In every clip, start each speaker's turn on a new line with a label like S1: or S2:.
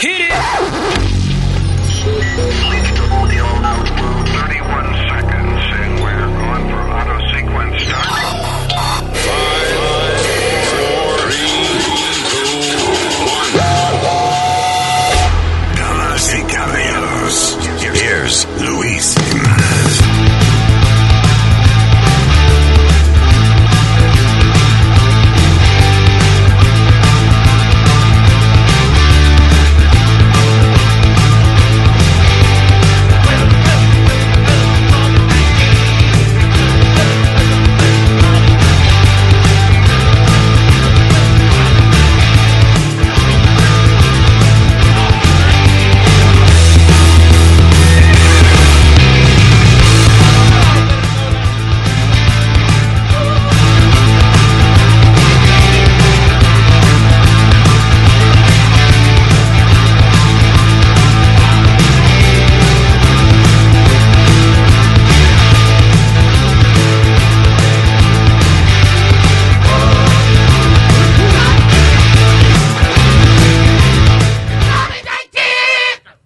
S1: Hit it!
S2: Damas y caballeros, here's Luis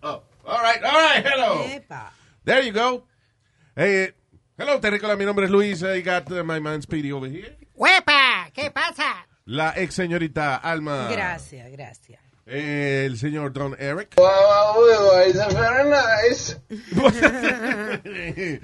S3: All right, all right, hello.
S4: Epa.
S3: There you go. Hey, hello, Terricola. Mi nombre es Luis. I got uh, my man Speedy over here.
S4: Ah,
S5: ¡Huepa! ¿Qué pasa?
S3: La ex señorita Alma.
S4: Gracias, gracias.
S3: El señor Don Eric.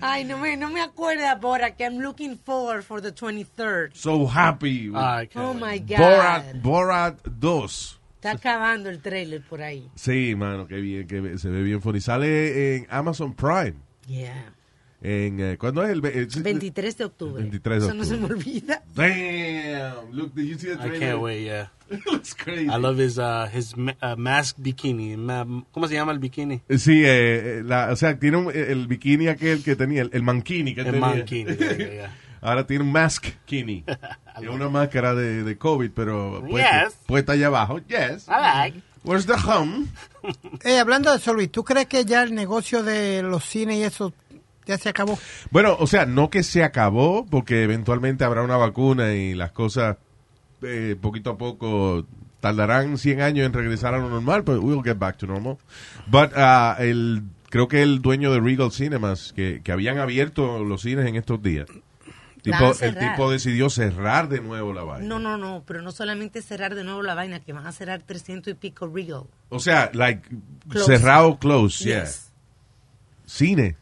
S4: Ay, no me, no me acuerdo ahora que I'm looking forward for the 23rd.
S3: So happy. with
S6: Ah,
S4: Oh my God.
S3: Borat, Borat 2.
S4: Está acabando el trailer por ahí.
S3: Sí, mano, qué bien, que se ve bien funny. Sale en Amazon Prime.
S4: Yeah.
S3: En, eh, ¿Cuándo es el? ve- el-
S4: 23 de octubre.
S3: 23 de
S4: Eso no se me
S3: octubre.
S4: olvida.
S3: Damn! Look, did you see the
S6: I
S3: trailer?
S6: can't wait, yeah.
S3: It's crazy.
S6: I love his uh, his ma- uh, mask bikini. Ma- ¿Cómo se llama el bikini?
S3: Sí, eh, eh, la, o sea, tiene un- el bikini aquel que tenía, el, el manquini que
S6: El
S3: tenía.
S6: manquini, yeah, yeah, yeah.
S3: Ahora tiene un maskkini. Es una máscara de, de COVID, pero puesta,
S6: Yes.
S3: puesta allá abajo. Yes.
S6: I like.
S3: Where's the hum?
S5: Eh, hablando de eso, Luis, ¿tú crees que ya el negocio de los cines y eso ya se acabó?
S3: Bueno, o sea, no que se acabó, porque eventualmente habrá una vacuna y las cosas eh, poquito a poco tardarán 100 años en regresar a lo normal, pero we'll get back to normal. But ah, el, creo que el dueño de Regal Cinemas, que, que habían abierto los cines en estos días,
S4: La
S3: tipo-
S4: han
S3: el
S4: cerrado.
S3: tipo decidió cerrar de nuevo la vaina.
S4: No, no, no, pero no solamente cerrar de nuevo la vaina, que van a cerrar 300 y pico Regal.
S3: O sea, like,
S4: Close.
S3: cerrado, close, yeah.
S4: Yes. Mm-hmm.
S3: Cine.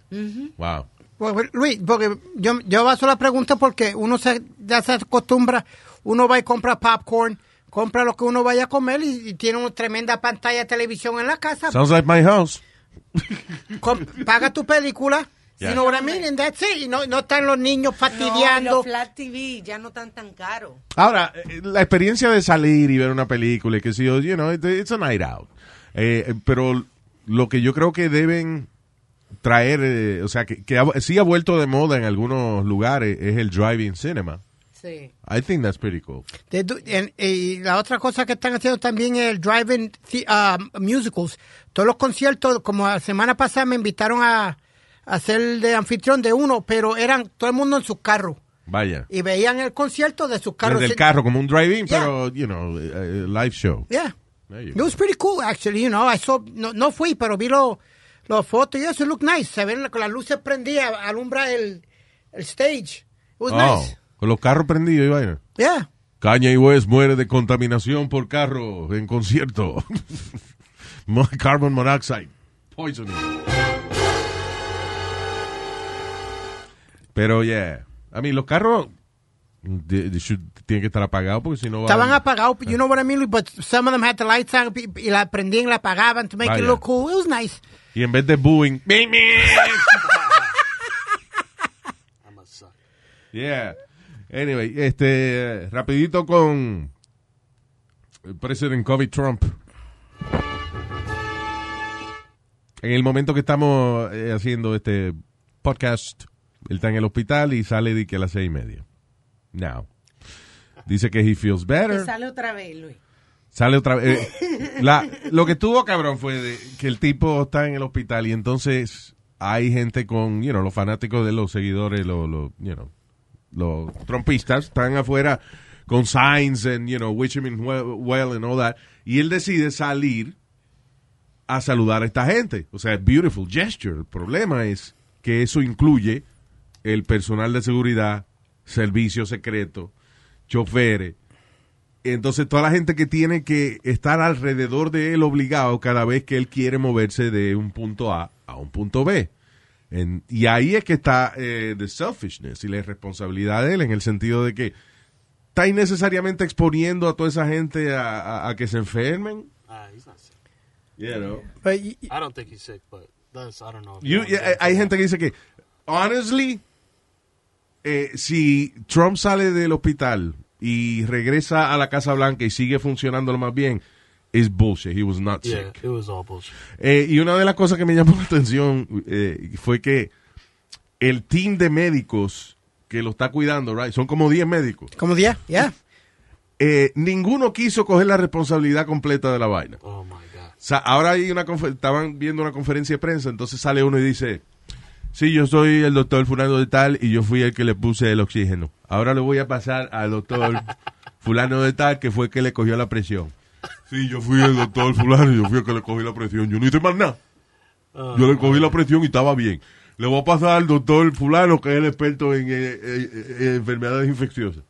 S3: Wow.
S5: Pues, pues, Luis, porque yo, yo baso la pregunta porque uno se, ya se acostumbra, uno va y compra popcorn, compra lo que uno vaya a comer y, y tiene una tremenda pantalla de televisión en la casa,
S3: Sounds like my house.
S5: com- paga tu película,
S3: Yeah.
S5: you know what I mean, and that's it, y no, no están los niños
S4: No,
S5: fastidiando.
S4: los Flat TV ya no están tan caros.
S3: Ahora, eh, la experiencia de salir y ver una película y que si yo, you know, it- it's a night out. Eh, pero lo que yo creo que deben traer, eh, o sea, que, que ha- sí ha vuelto de moda en algunos lugares, es el drive-in cinema.
S4: Sí.
S3: I think that's pretty cool.
S5: They do- en- y la otra cosa que están haciendo también es el drive-in thi- ah, musicals. Todos los conciertos, como la semana pasada me invitaron a, a ser de anfitrión de uno, pero eran todo el mundo en sus carros.
S3: Vaya.
S5: Y veían el concierto de sus carros.
S3: Desde el carro, como un drive-in,
S5: Yeah.
S3: pero, you know, eh, eh, live show.
S5: Yeah.
S3: There you
S5: It
S3: go.
S5: was pretty cool, actually, you know. I saw, no, no fui, pero vi los los fotos y eso, it looked nice. Se ven con las luces prendidas, alumbra el, el stage. It was
S3: Oh,
S5: nice.
S3: con los carros prendidos y vaina.
S5: Yeah.
S3: Kanye West muere de contaminación por carro en concierto. Mo- Carbon monoxide. Poisoning. Pero, yeah. A mí, los carros de- de- should- tienen que estar apagados porque si no van-
S5: Estaban apagados, you know what I mean, Luis? but some of them had the lights on y y la prendían y la apagaban to make
S3: Vaya.
S5: it look cool. It was nice.
S3: Y en vez de booing. "Bing, bing".
S6: I'm a sucker.
S3: yeah. Anyway, este. Rapidito con. El presidente COVID Trump. En el momento que estamos eh, haciendo este podcast, él está en el hospital y sale de que a las seis y media. Now. Dice que he feels
S4: Que
S3: better.
S4: sale otra vez, Luis.
S3: Sale otra vez. Eh, la- lo que estuvo cabrón fue de que el tipo está en el hospital y entonces hay gente con, you know, los fanáticos de los seguidores, los, los, you know, los trompistas, están afuera con signs and, you know, wish him in well, well and all that. Y él decide salir a saludar a esta gente. O sea, beautiful gesture. El problema es que eso incluye el personal de seguridad, servicio secreto, choferes. Entonces, toda la gente que tiene que estar alrededor de él obligado cada vez que él quiere moverse de un punto A a un punto B. En- y ahí es que está eh, the selfishness y la irresponsabilidad de él, en el sentido de que está innecesariamente exponiendo a toda esa gente a, a- a que se enfermen.
S6: Ah, he's not sick.
S3: You know.
S5: But y-
S6: I don't think he's sick, but that's I don't know. if
S3: You-
S6: you
S3: yeah,
S6: wanna-
S3: hay gente que dice que, honestly, eh, si Trump sale del hospital y regresa a la Casa Blanca y sigue funcionando lo más bien, es bullshit. He was not
S6: Yeah,
S3: sick.
S6: it was all bullshit.
S3: Eh, y una de las cosas que me llamó la atención eh, fue que el team de médicos que lo está cuidando, right, son como 10 médicos,
S5: como día, ya.
S3: eh, ninguno quiso coger la responsabilidad completa de la vaina.
S6: Oh my god.
S3: O sea, ahora hay una confer- estaban viendo una conferencia de prensa, entonces sale uno y dice, sí, yo soy el doctor fulano de tal y yo fui el que le puse el oxígeno. Ahora le voy a pasar al doctor fulano de tal que fue el que le cogió la presión. Sí, yo fui el doctor fulano y yo fui el que le cogí la presión. Yo no hice más nada. Yo le cogí la presión y estaba bien. Le voy a pasar al doctor fulano que es el experto en eh, eh, eh, enfermedades infecciosas.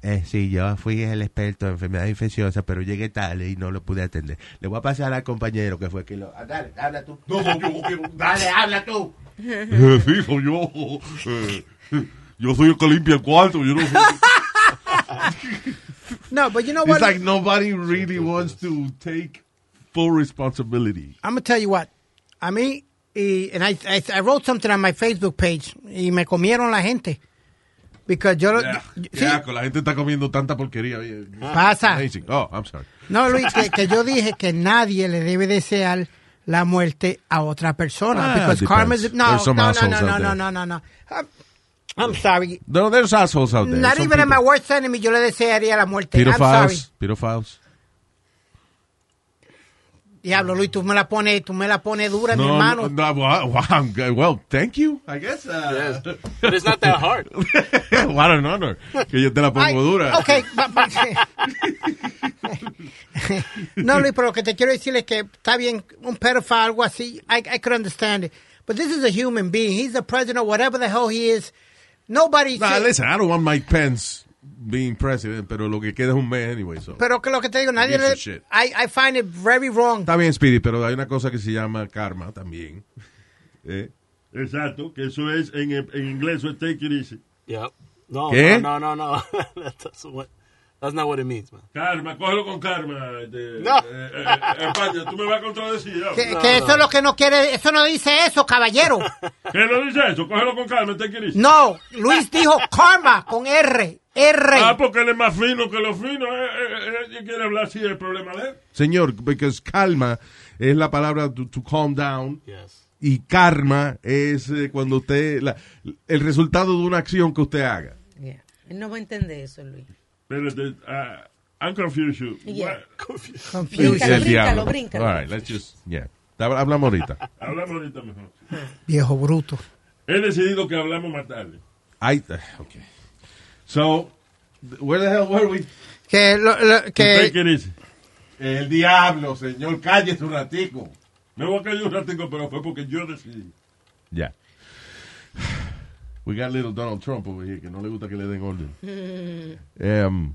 S7: Eh, sí, yo fui el experto en enfermedades infecciosas, pero llegué tarde y no lo pude atender. Le voy a pasar al compañero que fue que lo... Ah, Dale, habla tú.
S3: No, soy yo, que-
S7: Dale, habla tú.
S3: Eh, sí, soy yo. Eh, yo soy el que limpia el cuarto. Yo no soy-
S5: No, but you know
S3: It's
S5: what?
S3: like nobody really wants to take full responsibility.
S5: I'm gonna tell you what. A mí, y, and I, I, I wrote something on my Facebook page, y me comieron la gente. Because yo, lo- yo- sí, Ah,
S3: la gente está comiendo tanta porquería. oye.
S5: Pasa.
S3: Amazing. Oh, I'm sorry.
S5: no, Luis, que, que yo dije que nadie le debe desear la muerte a otra persona.
S3: Ah,
S5: because karma is-
S3: depends.
S5: no,
S3: There's some
S5: no, no,
S3: assholes
S5: no,
S3: out
S5: no, no,
S3: there.
S5: no, no, no. I'm, I'm sorry.
S3: No, there's assholes out there.
S5: Not
S3: Some
S5: even a my
S3: people-
S5: worst enemy yo le desearía la muerte. I'm sorry.
S3: Pedophiles. Pedophiles.
S5: Diablo, Luis, tú me la pones, tú me la pones dura, mi
S3: No, no,
S5: hermano.
S3: no, wow, wow, I'm good. well, thank you. I guess. Uh,
S6: But it's not that hard.
S3: what an honor. Que yo te la
S5: Ay,
S3: pongo dura.
S5: Ok, va- va- no, Luis, pero lo que te quiero decir es que está bien, un pedófilo, algo así. I, I could understand it. But this is a human being. He's the president, whatever the hell he is. Nobody.
S3: Nah,
S5: said-
S3: listen, I don't want Mike Pence being president, pero lo que queda es un mes anyway. So.
S5: pero que lo que te digo, nadie
S3: Piece
S5: le.
S3: of shit.
S5: I, I find it very wrong.
S3: Está bien, Speedy, pero hay una cosa que se llama karma también. ¿Eh?
S1: Exacto, que eso es en, en inglés, eso es take it easy.
S6: Yep. No,
S3: ¿Qué?
S6: no, no, no, no. that's what. That's not what it means, man.
S1: Karma, cógelo con karma. este,
S6: No.
S1: eh, eh, eh, España, tú me vas a contradecir. ya.
S5: Que, que eso
S6: no.
S5: es lo que no quiere. Eso no dice eso, caballero.
S1: ¿Qué no dice eso? Cógelo con karma, take it easy.
S5: No, Luis dijo karma con R. R.
S1: Ah, porque él es más fino que los finos. eh, eh, eh, él quiere hablar así del problema de él.
S3: Señor, because calma es la palabra to, to calm down
S6: Yes.
S3: y karma es eh, cuando usted, la- el resultado de una acción que usted haga.
S4: Yeah. Él no va a entender eso, Luis.
S1: Pero, te- ah, I'm confused. You.
S4: Yeah.
S1: What-
S3: pues,
S4: Bríncalo,
S3: El diablo.
S4: bríncalo, bríncalo.
S3: All right, let's just, yeah. Hab- Hablamos ahorita.
S1: Hablamos ahorita mejor.
S5: Viejo bruto.
S1: He decidido que hablamos más tarde.
S3: I, okay. eh, So, where the hell were we?
S5: Que, lo- lo- que
S1: Take it easy.
S3: El diablo, señor, cállese un ratico.
S1: Me voy a callar un ratico, pero fue porque yo decidí.
S3: Ya. We got little Donald Trump over here que no le gusta que le den orden. Um,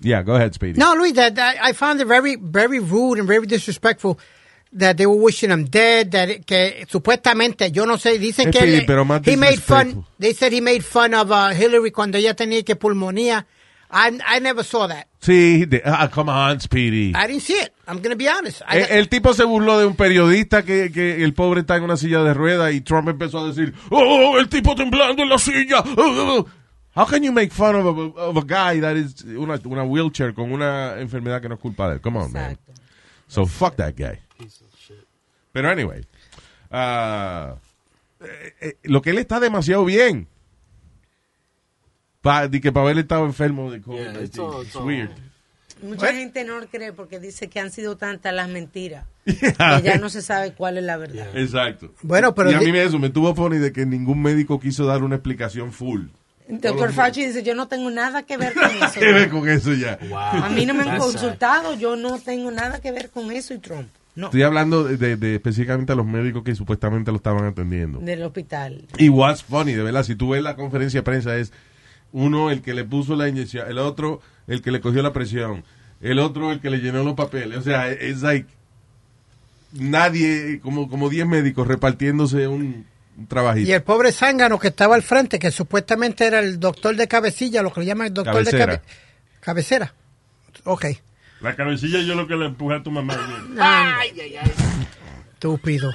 S3: yeah, go ahead, Speedy.
S5: No, Luis, that, that- I found it very, very rude and very disrespectful that they were wishing him dead. That it- que supuestamente, yo no sé, dicen
S3: Es
S5: que
S3: Philip,
S5: él-
S3: Eh, pero más
S5: he made
S3: disrespectful.
S5: fun. They said he made fun of uh, Hillary cuando ella tenía que pulmonía. I I never saw that.
S3: Sí, he did. ah, come on, Speedy. Eh,
S5: I didn't see it. I'm gonna be honest. I,
S3: El, el tipo se burló de un periodista que, que el pobre está en una silla de ruedas y Trump empezó a decir, oh, el tipo temblando en la silla. oh, oh". How can you make fun of a, of a guy that is una, una wheelchair con una enfermedad que no es culpa de él? Come on, man.
S4: Exacto.
S3: So fuck that guy.
S6: Piece of shit.
S3: Pero anyway, ah, eh, eh, lo que él está demasiado bien. Pa, di que para haber estado enfermo de COVID.
S6: Yeah, it's all- it's all-
S3: weird.
S4: Mucha gente no lo cree porque dice que han sido tantas las mentiras. que ya no se sabe cuál es la verdad.
S3: Exacto.
S5: bueno, pero
S3: y a
S5: di-
S3: mí me- eso me tuvo funny de que ningún médico quiso dar una explicación full.
S4: Doctor Fauci dice, yo no tengo nada que ver con eso.
S3: ¿Qué ver con eso ya?
S4: A mí no me han consultado, yo no tengo nada que ver con eso y Trump. No,
S3: Estoy hablando de, de- de específicamente a los médicos que supuestamente lo estaban atendiendo.
S4: del hospital.
S3: Y what's funny, de verdad, si tú ves la conferencia de prensa es uno el que le puso la inyección, el otro el que le cogió la presión, el otro el que le llenó los papeles. O sea, es like nadie, como como 10 médicos repartiéndose un, un trabajito.
S5: Y el pobre zángano que estaba al frente, que supuestamente era el doctor de cabecilla, lo que le llaman el doctor de
S3: Cabecera.
S5: cabe- cabecera. Ok,
S1: La cabecilla yo lo que le empujé a tu mamá. ayer.
S5: estúpido.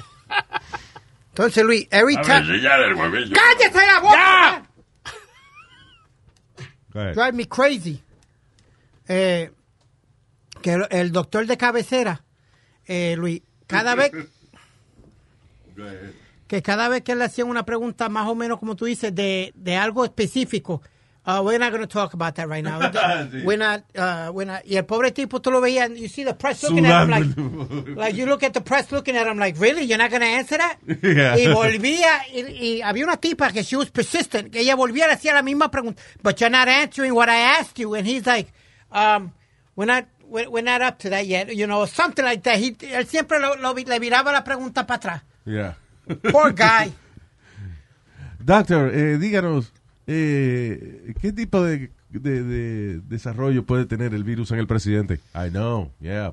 S5: Entonces, Luis, every
S1: La
S5: time...
S1: cabecilla del huevillo.
S5: ¡Cállate la boca!
S3: Go ahead.
S5: Drive me crazy. Eh, que el, el doctor de cabecera, eh, Luis, cada vez...
S3: Go ahead.
S5: que cada vez que le hacían una pregunta más o menos como tú dices de, de algo específico uh, we're not going to talk about that right now
S3: Sí.
S5: we're not, uh, we're not- y el pobre tipo tú lo veías you see the press looking at him
S3: Sudando.
S5: like, like you look at the press looking at him like really you're not going to answer that
S3: Yeah.
S5: y volvía y, y había una tipa que she was persistent que ella volvía le hacía la misma pregunta but you're not answering what I asked you and he's like um, we're not we're, we're not up to that yet you know something like that He- él siempre lo, lo vi- le viraba la pregunta para atrás
S3: Yeah.
S5: Poor guy.
S3: Doctor, eh, díganos, eh, ¿qué tipo de, de- de desarrollo puede tener el virus en el presidente? I know, yeah.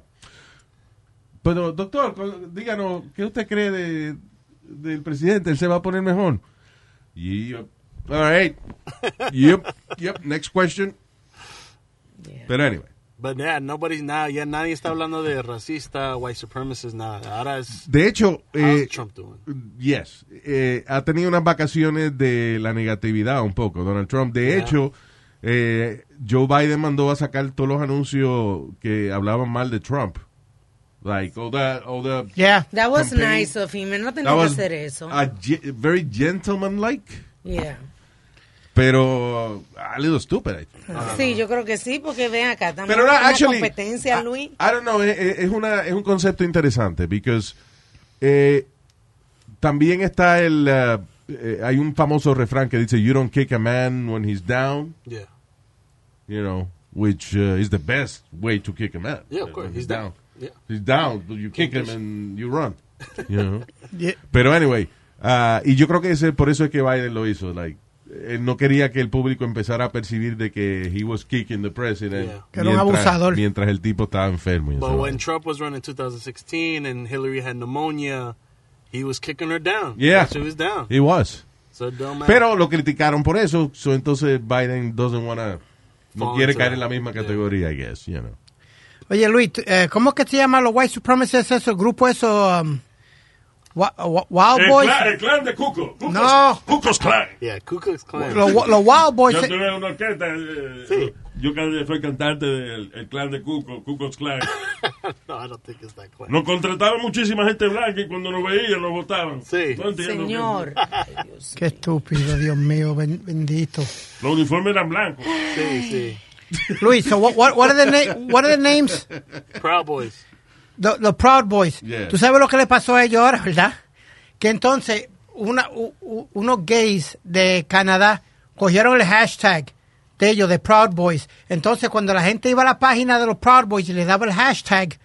S3: Pero, doctor, cu- díganos, ¿qué usted cree de, del presidente? ¿Él se va a poner mejor? Yep. All right. Yep, yep. Next question. Pero anyway.
S6: But yeah, nobody's now. Yeah, nadie está hablando de racista, white supremacist, nada. Ahora es
S3: De hecho,
S6: how's
S3: eh,
S6: Trump doing.
S3: Yes. Eh, ha tenido unas vacaciones de la negatividad un poco, Donald Trump. De
S6: Yeah.
S3: hecho, eh, Joe Biden mandó a sacar todos los anuncios que hablaban mal de Trump. Like, all that, all that
S5: Yeah.
S4: That was
S3: campaign.
S4: nice of him. él No tenía
S3: That
S4: que
S3: was
S4: hacer eso.
S3: a ge- very gentleman-like,
S4: Yeah.
S3: pero a little stupid, I think.
S4: Sí, yo creo que sí, porque ven acá, también
S3: Ah, Pero no,
S4: hay una
S3: actually, ah,
S4: competencia,
S3: I-
S4: Luis.
S3: I, don't know, es, es- es una, es un concepto interesante, because eh, también está el, uh, eh, hay un famoso refrán que dice, you don't kick a man when he's down,
S6: Yeah.
S3: you know, which uh, is the best way to kick a man.
S6: Yeah, of course.
S3: When
S6: He's down. Yeah.
S3: He's down, but you kick him and you run, you know.
S5: Yeah.
S3: Pero anyway, ah, y yo creo que ese, por eso es que Biden lo hizo, like, él no quería que el público empezara a percibir de que he was kicking the president.
S6: Yeah.
S5: Que era un abusador.
S3: Mientras el tipo estaba enfermo. y esa
S6: But when
S3: vaina.
S6: Trump was running in 2016 and Hillary had pneumonia, he was kicking her down.
S3: Yeah.
S6: She was down.
S3: He was.
S6: So it don't matter.
S3: Pero lo criticaron por eso, so entonces Biden doesn't wanna, no
S6: Fall
S3: quiere
S6: into
S3: caer
S6: that.
S3: en la misma
S6: Yeah.
S3: categoría, I guess, you know.
S5: Oye, Luis, tú- eh, ¿cómo es que se llaman los white supremacists esos grupos, esos um, wa- wa- Wild
S8: Eh,
S1: El,
S5: Boys?
S1: clan, el clan de Cuco. Cuco's-
S5: Oh, No.
S1: Cuco's Clan.
S6: yeah, Ku Klux Klan.
S5: Los, wa- los Wild Boys.
S1: Yo
S5: eh,
S1: tuve una orquesta. eh,
S6: Sí.
S1: Yo can- soy cantante del el clan de Cuco, Cuco's Clan.
S6: no, I don't think it's that Klan.
S1: Nos contrataban muchísima gente blanca y cuando nos veían nos votaban.
S6: Sí.
S1: No entiendo que-
S4: Señor. Ay, Dios.
S5: Qué estúpido, Dios mío, ben- bendito.
S1: Los uniformes eran blancos.
S6: Sí, sí.
S5: Luis, so what, what, what are the na- what are the names?
S6: Proud Boys.
S5: The- Los Proud Boys.
S3: Yeah.
S5: Tú sabes lo que le pasó a ellos ahora, ¿verdad? Que entonces una, u- u- unos gays de Canadá cogieron el hashtag de ellos, de Proud Boys. Entonces cuando la gente iba a la página de los Proud Boys y le daba el hashtag,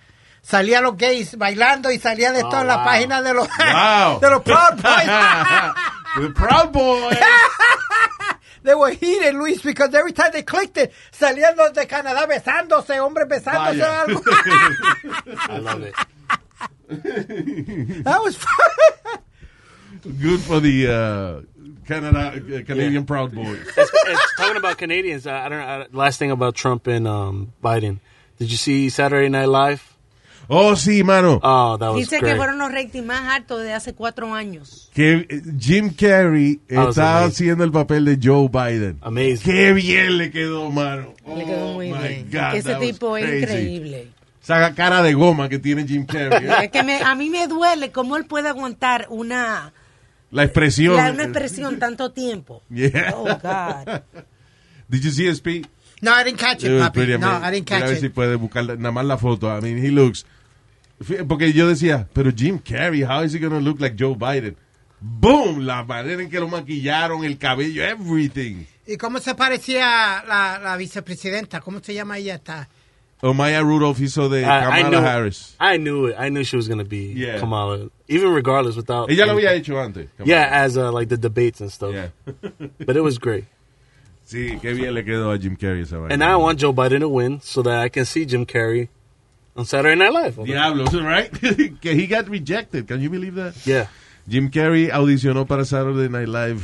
S5: salían los gays bailando y salía de
S6: Oh,
S5: toda la
S6: wow.
S5: página de los,
S3: Wow.
S5: de los Proud Boys.
S3: The Proud Boys.
S5: They were heated, Luis, because every time they clicked it, salían los de Canadá besándose, hombres besándose.
S3: Vaya.
S5: algo.
S6: I love it.
S5: That was fun.
S3: Good for the uh, Canada, uh, Canadian
S6: Yeah.
S3: Proud Boys.
S6: it's talking about Canadians. I, I don't. I, last thing about Trump and um, Biden. Did you see Saturday Night Live?
S3: Oh, sí, mano.
S6: Oh, that was
S4: Dice
S6: great.
S4: que fueron los ratings más altos de hace cuatro años.
S3: que eh, Jim Carrey
S6: Ah,
S3: está
S6: sí.
S3: haciendo el papel de Joe Biden.
S6: Amazing.
S3: Qué bien le quedó, mano.
S4: Le quedó
S3: Oh,
S4: muy
S3: my
S4: bien.
S3: God,
S4: Ese
S3: that was
S4: tipo es
S3: crazy.
S4: increíble.
S3: Esa cara de goma que tiene Jim Carrey. ¿eh?
S4: Es que me- a mí me duele cómo él puede aguantar una,
S3: La expresión.
S4: la- una expresión tanto tiempo.
S3: Yeah.
S4: Oh, God.
S3: Did you see his speech?
S5: No, I didn't catch it,
S3: It was pretty
S5: papi. No,
S3: amazing.
S5: I didn't
S3: Mira a ver
S5: catch
S3: si
S5: it.
S3: puede buscar la- nada más la foto. I mean, he looks. Fí- Porque yo decía, pero Jim Carrey, how is he going to look like Joe Biden? Boom, la manera en que lo maquillaron, el cabello, everything.
S5: ¿Y cómo se parecía la, la vicepresidenta? ¿Cómo se llama ella? Está.
S3: O Maya Rudolph hizo de
S6: I, Ah, I
S3: Kamala
S6: knew,
S3: Harris.
S6: I knew it. I knew she was gonna be
S3: Yeah.
S6: Kamala, even regardless without.
S3: Ella lo había hecho antes. Kamala.
S6: Yeah, as uh, like the debates and stuff.
S3: Yeah.
S6: But it was great,
S3: Sí, qué bien le quedó a Jim Carrey esa vaina.
S6: and I want Joe Biden to win so that I can see Jim Carrey on Saturday Night Live.
S3: Diablos, right? que he got rejected. Can you believe that?
S6: Yeah,
S3: Jim Carrey audicionó para Saturday Night Live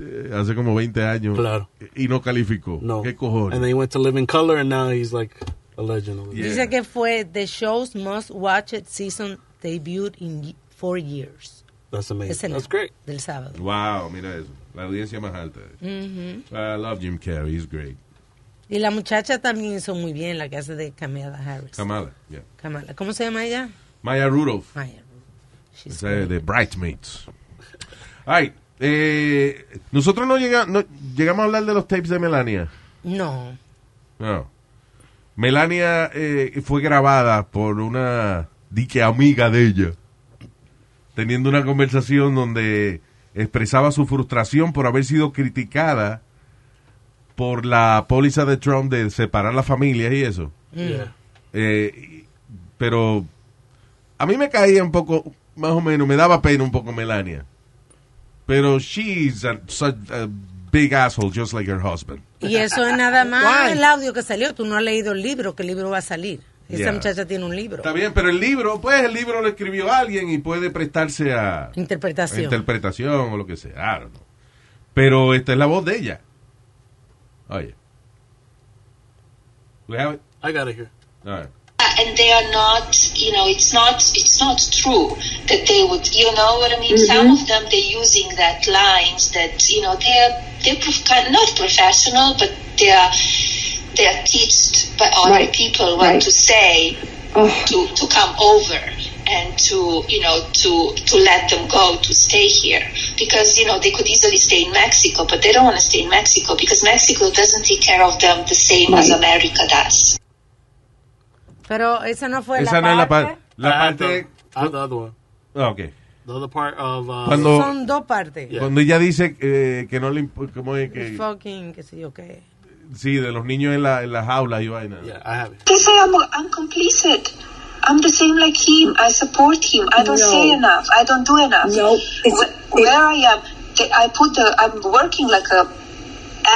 S3: eh, hace como 20 años
S6: Claro.
S3: y no calificó.
S6: no.
S3: ¿Qué
S6: And then
S3: cojones?
S6: he went to Live in Color, and now he's like a legend. Over there.
S3: Yeah.
S4: Dice que fue The Show's Most Watched Season debuted in y- four years.
S6: That's
S4: Es
S6: amazing.
S4: el
S6: That's great.
S4: del sábado.
S3: Wow, mira eso. La audiencia más alta. I love Jim Carrey. He's great.
S4: Y la muchacha también hizo muy bien, la que hace de Kamala Harris.
S3: Kamala. yeah.
S4: Kamala. ¿Cómo se llama ella?
S3: Maya Rudolph.
S4: Maya. She's
S3: Esa es de Bridesmaids. All right. eh, nosotros no, llega- no llegamos a hablar de los tapes de Melania.
S4: No.
S3: No. Melania eh, fue grabada por una dique amiga de ella, teniendo una conversación donde expresaba su frustración por haber sido criticada por la póliza de Trump de separar las familias y eso.
S6: Yeah.
S3: Eh, y- pero a mí me caía un poco, más o menos, me daba pena un poco Melania. Pero she's a, such a big asshole, just like her husband.
S4: Y eso es nada más
S5: Why?
S4: el audio que salió. Tú no has leído el libro. ¿Qué libro va a salir? Esa
S3: Yeah.
S4: muchacha tiene un libro.
S3: Está bien, pero el libro, pues el libro lo escribió alguien y puede prestarse a a
S4: Interpretación.
S3: interpretación o lo que sea. I don't know. Pero esta es la voz de ella. Oye. We have it?
S6: I got it here.
S3: All right.
S8: and they are not you know it's not it's not true that they would you know what i mean some of them they're using that lines that you know they're they're prof- kind- not professional but they're they're taught by other
S9: Right.
S8: people what
S9: Right. Oh.
S8: to say to to come over and to you know to to let them go to stay here because you know they could easily stay in mexico but they don't want to stay in mexico because mexico doesn't take care of them the same as
S9: Right.
S8: america does
S4: Pero esa no fue
S3: Esa
S4: Pues la
S3: no es la
S4: parte.
S3: parte. La
S6: I have
S3: parte.
S6: the, I have the other one.
S3: Ah, ok.
S6: The other part of uh,
S3: Cuando-
S4: Son dos partes.
S6: Yeah.
S3: Cuando ella dice eh, que no le imp- ¿cómo es que?
S4: Fucking, qué sé yo qué.
S3: Sí, de los niños en la, en la jaula y vaina.
S6: yeah, I have it.
S8: They say I'm, I'm complicit. I'm the same like him. I support him. I don't
S9: No.
S8: say enough. I don't do enough.
S9: No, it's-
S8: Wh- where I am, th- I put the. I'm working like a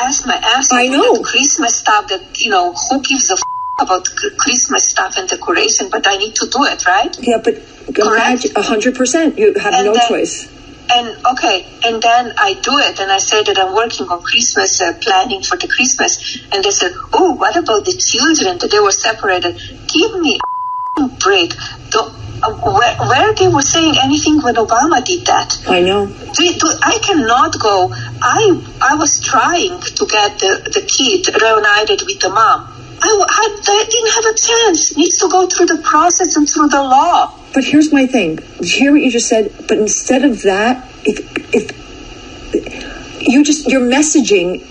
S8: ass my ass.
S9: I
S8: off
S9: know.
S8: with that Christmas stuff. That you know, who gives a f- about c- Christmas stuff and decoration? But I need to do it, right?
S9: Yeah, but imagine a hundred percent. You have
S8: And
S9: no
S8: then-
S9: choice.
S8: And okay, and then I do it, and I say that I'm working on Christmas, uh, planning for the Christmas. And they said, "Oh, what about the children that they were separated? Give me a break." The, uh, where, where they were saying anything when Obama did that?
S9: I know.
S8: Do, do, I cannot go. I I was trying to get the, the kid reunited with the mom. I, w- I, I didn't have a chance. Needs to go through the process and through the law.
S9: But here's my thing. Hear what you just said. But instead of that, if if you just your messaging,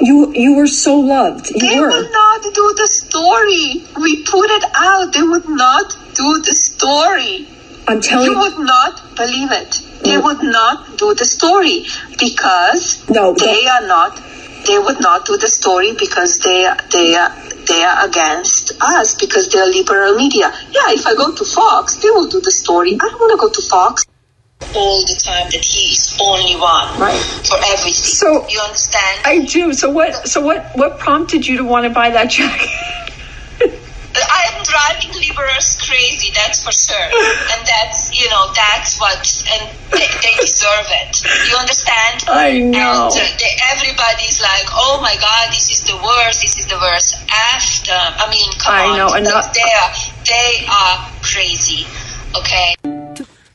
S9: you you were so loved. You
S8: They
S9: were.
S8: will not do the story. We put it out. They would not do the story.
S9: I'm telling
S8: You
S9: you.
S8: would not believe it. They would not do the story because
S9: No,
S8: they
S9: don't-
S8: are not. They would not do the story because they are- they are they are against us because they are liberal media. Yeah, if I go to Fox, they will do the story. I don't want to go to Fox. All the time that he is only one
S9: Right.
S8: for everything.
S9: So-
S8: you understand?
S9: I do. So what? So what? What prompted you to want to buy that jacket?
S8: I'm driving liberals crazy, that's for sure. And that's, you know, that's what, and they, they deserve it. You understand?
S9: I know.
S8: And uh, they, everybody's like, oh my God, this is the worst, this is the worst. After, I mean, come
S9: I
S8: on.
S9: know, and
S8: They-
S9: not-
S8: they, are, they are crazy, okay?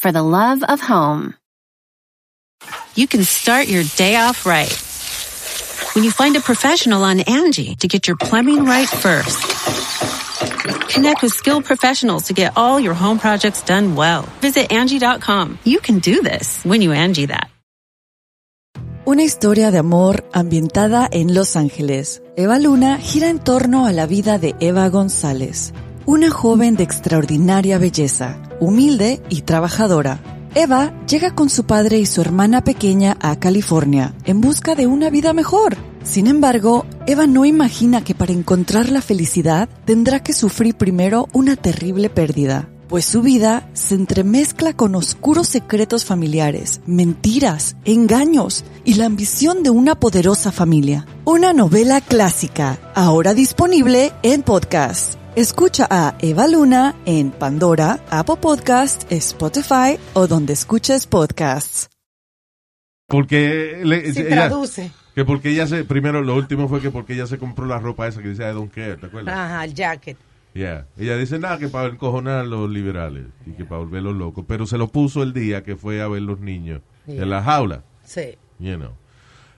S10: for the love of home.
S11: You can start your day off right when you find a professional on Angie to get your plumbing right first. Connect with skilled professionals to get all your home projects done well. Visit Angie.com. You can do this when you Angie that.
S12: Una historia de amor ambientada en Los Ángeles. Eva Luna gira en torno a la vida de Eva González, una joven de extraordinaria belleza, humilde y trabajadora. Eva llega con su padre y su hermana pequeña a California en busca de una vida mejor. Sin embargo, Eva no imagina que para encontrar la felicidad tendrá que sufrir primero una terrible pérdida pues su vida se entremezcla con oscuros secretos familiares, mentiras, engaños y la ambición de una poderosa familia. Una novela clásica, ahora disponible en podcast. Escucha a Eva Luna en Pandora, Apple Podcast, Spotify o donde escuches podcasts.
S3: Porque le-
S4: Si
S3: ella-
S4: traduce.
S3: que porque ella se primero lo último fue que porque ella se compró la ropa esa que dice I don't care, ¿te acuerdas?
S4: Ajá, el jacket.
S3: Yeah. Ella dice nada que para encojonar a los liberales y que para volverlos locos, pero se lo puso el día que fue a ver los niños
S4: Yeah.
S3: en la jaula.
S4: Sí.
S3: You know.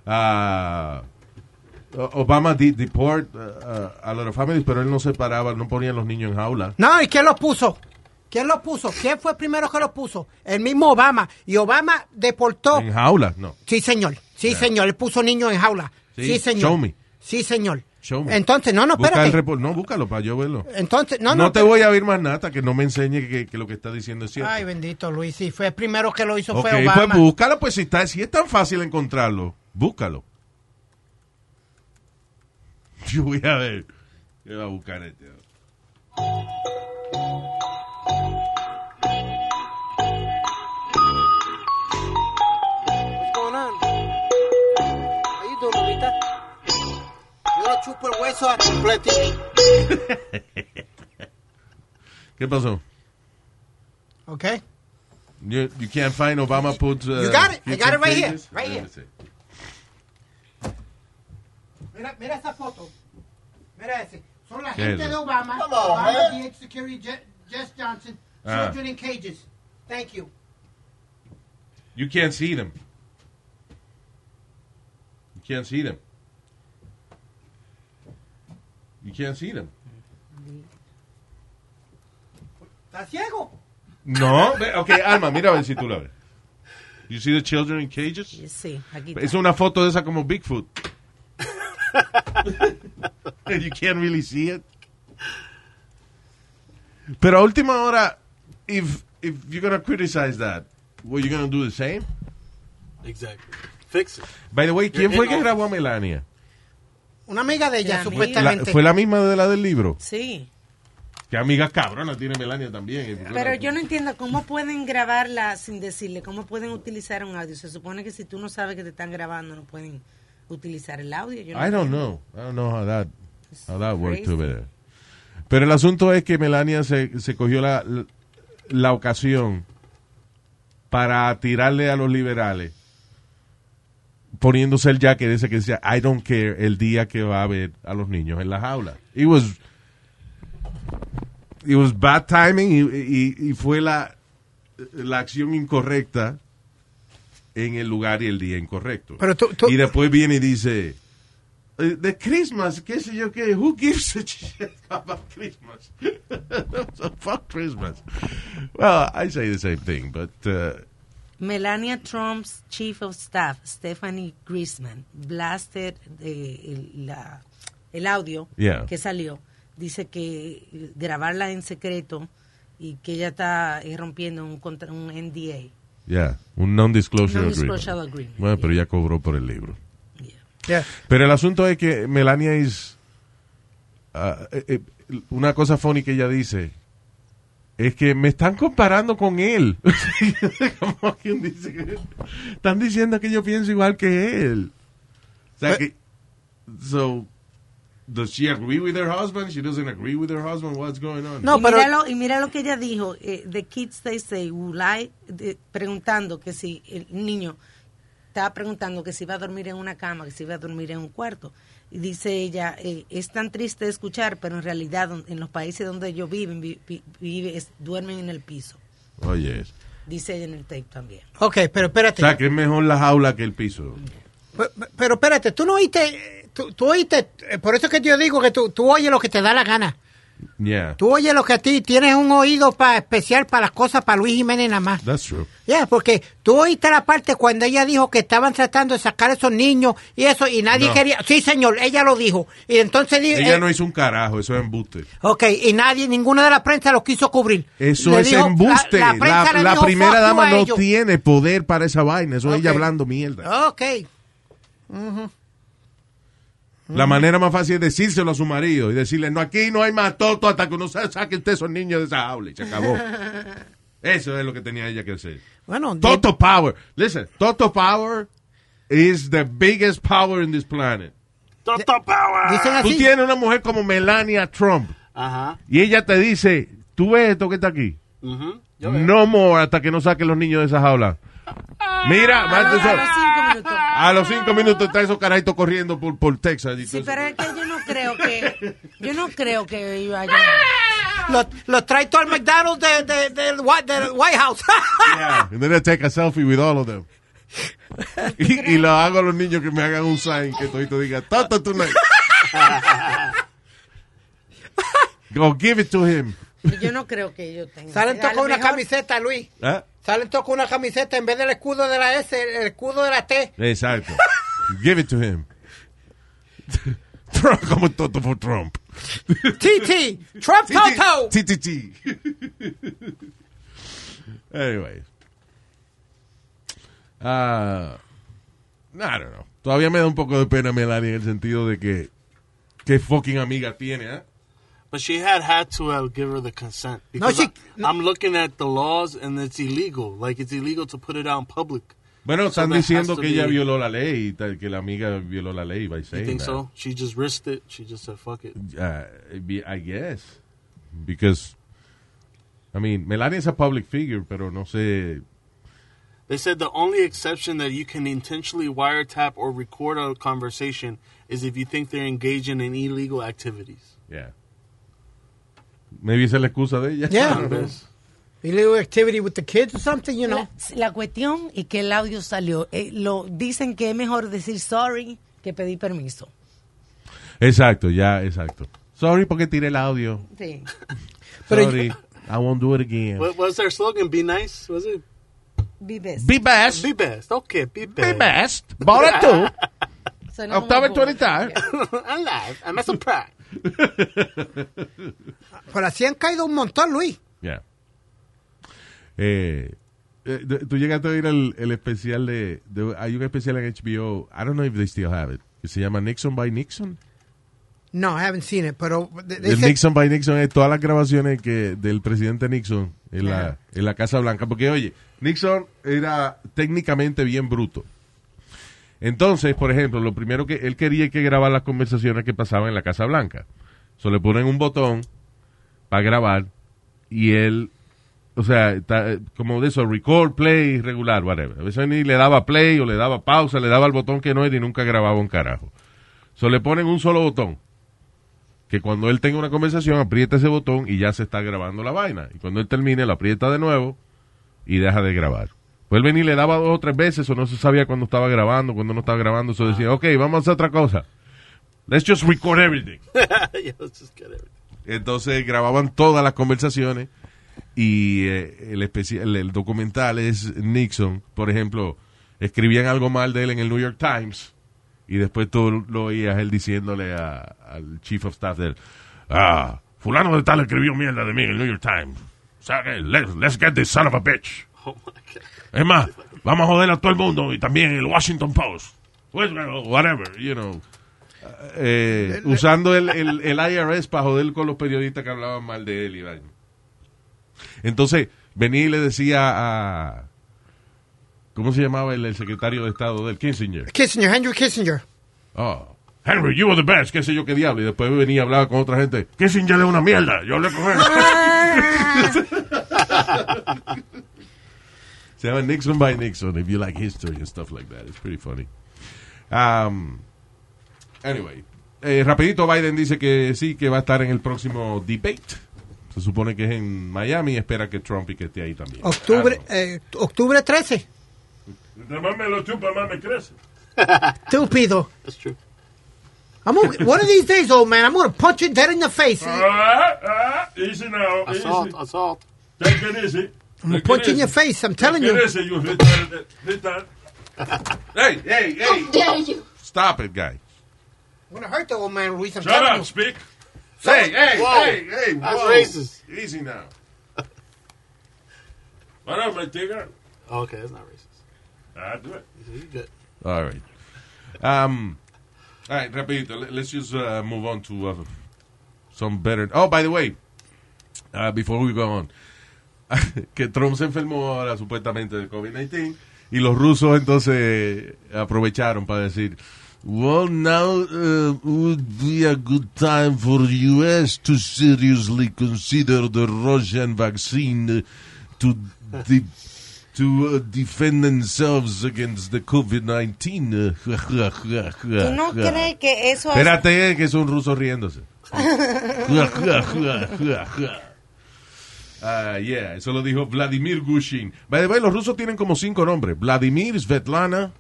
S3: Ah, O- Obama did deport uh, a lot of families, pero él no separaba, no ponía a los niños en jaula.
S5: No, ¿y quién los puso? ¿Quién los puso? ¿Quién fue el primero que los puso? El mismo Obama. Y Obama deportó.
S3: En jaula, no.
S5: Sí, señor. Sí, señor. Él puso niños en jaula.
S3: Sí,
S5: Sí, señor.
S3: show me.
S5: Sí, señor.
S3: Show me.
S5: Entonces, no, no,
S3: Busca el
S5: espérate.
S3: report- no, búscalo para yo verlo.
S5: Entonces, no,
S3: no,
S5: no.
S3: te voy a oír más nada hasta que no me enseñe que, que lo que está diciendo es cierto.
S5: Ay, bendito Luis. Sí, fue el primero que lo hizo
S3: ok,
S5: fue
S3: pues
S5: Obama.
S3: búscalo, pues si, está, si es tan fácil encontrarlo, búscalo. Yo voy a ver. Yo voy a buscar este.
S5: What's going on? How you doing, mamita? Yo lo chupo el hueso a completo.
S3: ¿Qué pasó?
S5: Ok.
S3: You, you can't find Obama put... uh,
S5: You got it. I
S3: kids
S5: got it
S3: in
S5: right here.
S3: cages?
S5: Right
S3: Let
S5: here.
S3: me see.
S5: Mira, mira esa foto. Mira ese. Son la
S3: ¿Qué
S5: gente
S3: es?
S5: de Obama.
S13: Come on,
S5: Obama,
S13: man.
S5: DH Security, Je- Jess Johnson.
S3: Ah.
S5: Children in cages. Thank you.
S3: You can't see them. You can't see them. You can't see them.
S5: ¿Estás ciego?
S3: No, ve- ok, Alma, mira a ver si tú la ves. You see the children in cages?
S4: Sí, aquí está.
S3: Es una foto de esa como Bigfoot. And you can't really see it. Pero a última hora, if, if you're gonna criticize that, what you gonna do the same?
S6: Exactly. Fix it.
S3: By the way, ¿quién
S6: You're
S3: fue
S6: in
S3: que
S6: on
S3: grabó a Melania?
S5: Una amiga de ella,
S3: La-
S5: supuestamente.
S3: ¿Fue la misma de la del libro?
S4: Sí.
S3: Que amiga cabrona tiene Melania también.
S4: Pero yo no entiendo cómo pueden grabarla sin decirle, cómo pueden utilizar un audio. Se supone que si tú no sabes que te están grabando, no pueden utilizar el audio. Yo no
S3: I don't know.
S4: entiendo.
S3: I don't know how that, how that worked
S4: crazy.
S3: over there. Pero el asunto es que Melania se, se cogió la, la ocasión para tirarle a los liberales poniéndose el jacket ese que decía I don't care el día que va a ver a los niños en la jaula. It was, it was bad timing y, y- y fue la, la acción incorrecta en el lugar y el día incorrecto.
S5: Pero tú-
S3: Y después viene y dice... Eh, de Christmas, qué sé yo qué, who gives a shit about Christmas? so fuck Christmas. Well, I say the same thing, but uh,
S4: Melania Trump's chief of staff, Stephanie Grisman, blasted eh, el, la- el audio
S3: Yeah.
S4: que salió. Dice que eh, grabarla en secreto y que ella está eh, rompiendo un, contra- un NDA.
S3: yeah, un non-disclosure
S4: Non-disclosure
S3: agreement.
S4: agreement,
S3: Bueno, pero ya cobró por el libro.
S5: Yeah.
S3: Pero el asunto es que Melania es... ah, eh, eh, una cosa funny que ella dice es que me están comparando con él. Como quien dice que- Están diciendo que yo pienso igual que él. O sea, que So, does she agree with her husband? She doesn't agree with her husband? What's going on?
S4: y, mira lo, y mira lo que ella dijo, eh, the kids they say, will I, de- preguntando que si el niño estaba preguntando que si iba a dormir en una cama, que si iba a dormir en un cuarto. Y dice ella, eh, es tan triste escuchar, pero en realidad don- en los países donde ellos viven, vi- vi- vive- es- duermen en el piso.
S3: Oye.
S4: Dice ella en el tape también.
S5: Ok,
S3: Oh, O
S5: pero espérate.
S3: sea, que es mejor la jaula que el piso.
S5: Pe- Pero espérate, tú no oíste, eh, tú, tú oíste, eh, por eso es que yo digo que tú, tú oyes lo que te da la gana.
S3: Yeah.
S5: Tú oyes lo que a ti, tienes un oído pa- especial para las cosas, para Luis Jiménez nada más.
S3: That's true.
S5: Ya, porque tú oíste la parte cuando ella dijo que estaban tratando de sacar a esos niños y eso, y nadie
S3: No.
S5: quería. Sí, señor, ella lo dijo. Y entonces dijo.
S3: Ella no hizo un carajo, eso es embuste.
S5: Ok, y nadie, ninguna de la prensa lo quiso cubrir.
S3: Eso
S5: Le
S3: es
S5: dijo-
S3: embuste. La,
S5: prensa le
S3: la
S5: dijo,
S3: primera
S5: "Fuck you"
S3: dama
S5: a
S3: no
S5: ellos.
S3: tiene poder para esa vaina. Eso es ella hablando mierda.
S5: Ok. Ujú.
S3: La manera más fácil es decírselo a su marido y decirle, no, aquí no hay más toto hasta que no sa- saque usted esos niños de esa jaula. Y se acabó. Eso es lo que tenía ella que hacer.
S5: Bueno, de-
S3: Toto Power. Listen, Toto Power is the biggest power in this planet.
S6: Toto Power.
S3: Dicen así. Tú tienes una mujer como Melania Trump
S6: Ajá.
S3: y ella te dice, tú ves esto que está aquí.
S6: Ujú.
S3: No more hasta que no saquen los niños de esa jaula.
S5: Ah,
S3: Mira, más de eso- a los cinco minutos está esos carajitos corriendo por, por Texas. y
S4: Sí,
S3: todo eso.
S4: pero es que yo no creo que, yo no creo que ellos hayan-
S5: Los los trae todo el McDonald's de- de- del Whi- del White House.
S3: And then I take a selfie with all of them. y, y lo hago a los niños que me hagan un sign que todito diga Toto tonight. Go give it to him.
S4: Yo no creo que ellos tengan.
S5: Salen todos
S4: A
S5: con
S4: lo
S5: una
S4: mejor-
S5: camiseta, Luis.
S3: ¿Ah?
S5: Salen todos con una camiseta en vez del escudo de la S, el, el escudo de la T.
S3: Exacto. give it to him. Trump, como Toto for Trump.
S5: TT, Trump Toto.
S3: TTT. Anyway. Ah, no, I don't know. Todavía me da un poco de pena Melania en el sentido de que qué fucking amiga tiene, ¿eh?
S6: But she had had to have give her the consent.
S3: No,
S6: Because
S3: she-
S6: I, am looking at the laws and it's illegal. Like it's illegal to put it out in public.
S3: Bueno,
S6: So
S3: están
S6: there has
S3: diciendo
S6: to
S3: que ella
S6: be-
S3: violó la ley y tal, que la amiga violó la ley by
S6: You
S3: saying
S6: think
S3: that.
S6: so? She just risked it. She just said, "Fuck it."
S3: Uh, be- I guess. Because, I mean, Melania is a public figure, pero no sé.
S6: They said the only exception that you can intentionally wiretap or record a conversation is if you think they're engaging in illegal activities.
S3: Yeah. Maybe esa es la excusa de ella.
S5: Yeah.
S3: I don't know.
S5: Illegal activity with the kids or something, you know.
S4: La, la cuestión es que el audio salió. Eh, lo dicen que es mejor decir sorry que pedir permiso.
S3: Exacto, ya, exacto. Sorry porque tiré el audio.
S4: Sí.
S6: Pero
S3: Sorry, I won't do it again.
S6: What was their slogan? Be nice. Was it?
S4: Be best.
S3: Be best.
S6: Be best. Okay. Be best.
S3: best. Bora tú.
S4: Suena
S3: Octava
S4: como-
S3: 23.
S6: ¿eh? I'm live. I'm a surprise.
S5: Pero así han caído un montón, Luis.
S3: Yeah. Eh, eh, de- tú llegaste a oír el, el especial de, de- Hay un especial en HBO. I don't know if they still have it. Que se llama Nixon by Nixon.
S5: No, I haven't seen it, pero they- they
S3: El
S5: said-
S3: Nixon by Nixon es todas las grabaciones que del presidente Nixon en la, en la Casa Blanca. Porque, oye, Nixon era técnicamente bien bruto. Entonces, por ejemplo, lo primero que él quería es que grabar las conversaciones que pasaban en la Casa Blanca. So le ponen un botón para grabar y él, o sea, está, eh, como de eso, record, play, regular, whatever. A veces ni le daba play o le daba pausa, le daba el botón que no era y nunca grababa un carajo. So le ponen un solo botón que cuando él tenga una conversación aprieta ese botón y ya se está grabando la vaina. Y cuando él termine lo aprieta de nuevo y deja de grabar. Pues él venía y le daba dos o tres veces o no se sabía cuándo estaba grabando, cuándo no estaba grabando. Eso decía, ok, vamos a hacer otra cosa. Let's just record everything.
S6: yeah, let's just get it.
S3: Entonces grababan todas las conversaciones y eh, el, especial, el documental es Nixon, por ejemplo, escribían algo mal de él en el New York Times y después tú lo oías él diciéndole a- al chief of staff de él, ah, fulano de tal escribió mierda de mí en el New York Times. Saque, Let's, let's get this son of a bitch. Es más, vamos a joder a todo el mundo y también el Washington Post. Pues, bueno, Whatever, you know. Eh, usando el, el, el IRS para joder con los periodistas que hablaban mal de él y vaina. Entonces, venía y le decía a... ¿Cómo se llamaba el, el secretario de Estado del Kissinger?
S5: Kissinger, Henry Kissinger.
S3: Oh,
S1: Henry, you were the best, qué sé yo qué diablo. Y después venía y hablaba con otra gente. Que sin ya de una mierda. Yo hablé con él.
S3: Se llama Nixon by Nixon, if you like history and stuff like that. It's pretty funny. Um, anyway, eh, rapidito Biden dice que sí, que va a estar en el próximo debate. Se supone que es en Miami espera que Trump y que esté ahí también. Ah,
S5: Octubre, eh, octubre 13.
S1: Entre más me lo chupa, más me crece.
S5: Estúpido.
S6: That's true.
S5: I'm gonna- one of these days, old man, I'm going to punch you dead in the face.
S1: Ah, ah, easy now.
S6: Assault,
S1: easy.
S6: assault.
S1: Take it easy.
S5: I'm going to punch you in your face, I'm telling
S1: Take
S5: you.
S1: it easy, you retarded. retard.
S3: Hey, hey, hey.
S5: dare you.
S3: Stop it, guy.
S5: I'm going to hurt the old man, Ruiz. I'm
S1: Shut
S5: telling
S1: up,
S5: you.
S1: speak.
S3: Hey, hey,
S6: Whoa.
S3: hey, hey.
S6: That's
S3: whoa.
S6: racist.
S3: Easy now.
S1: What up, my tigger?
S6: Oh, okay, that's not racist.
S1: Ah, do it.
S6: You good?
S3: All right. Um, all right, rapidito. Let- Let's just uh, move on to uh, some better. Oh, by the way, uh, before we go on, que Trump se enfermó ahora supuestamente de COVID-19 y los rusos entonces aprovecharon para decir. Well, now uh, would be a good time for U.S. to seriously consider the Russian vaccine to de- to uh, defend themselves against the COVID-19.
S4: ¿Tú no crees que eso hace-
S3: Espérate, que es un ruso riéndose. Ah, yeah, eso lo dijo Vladimir Gushin. By the way, los rusos tienen como cinco nombres. Vladimir, Svetlana,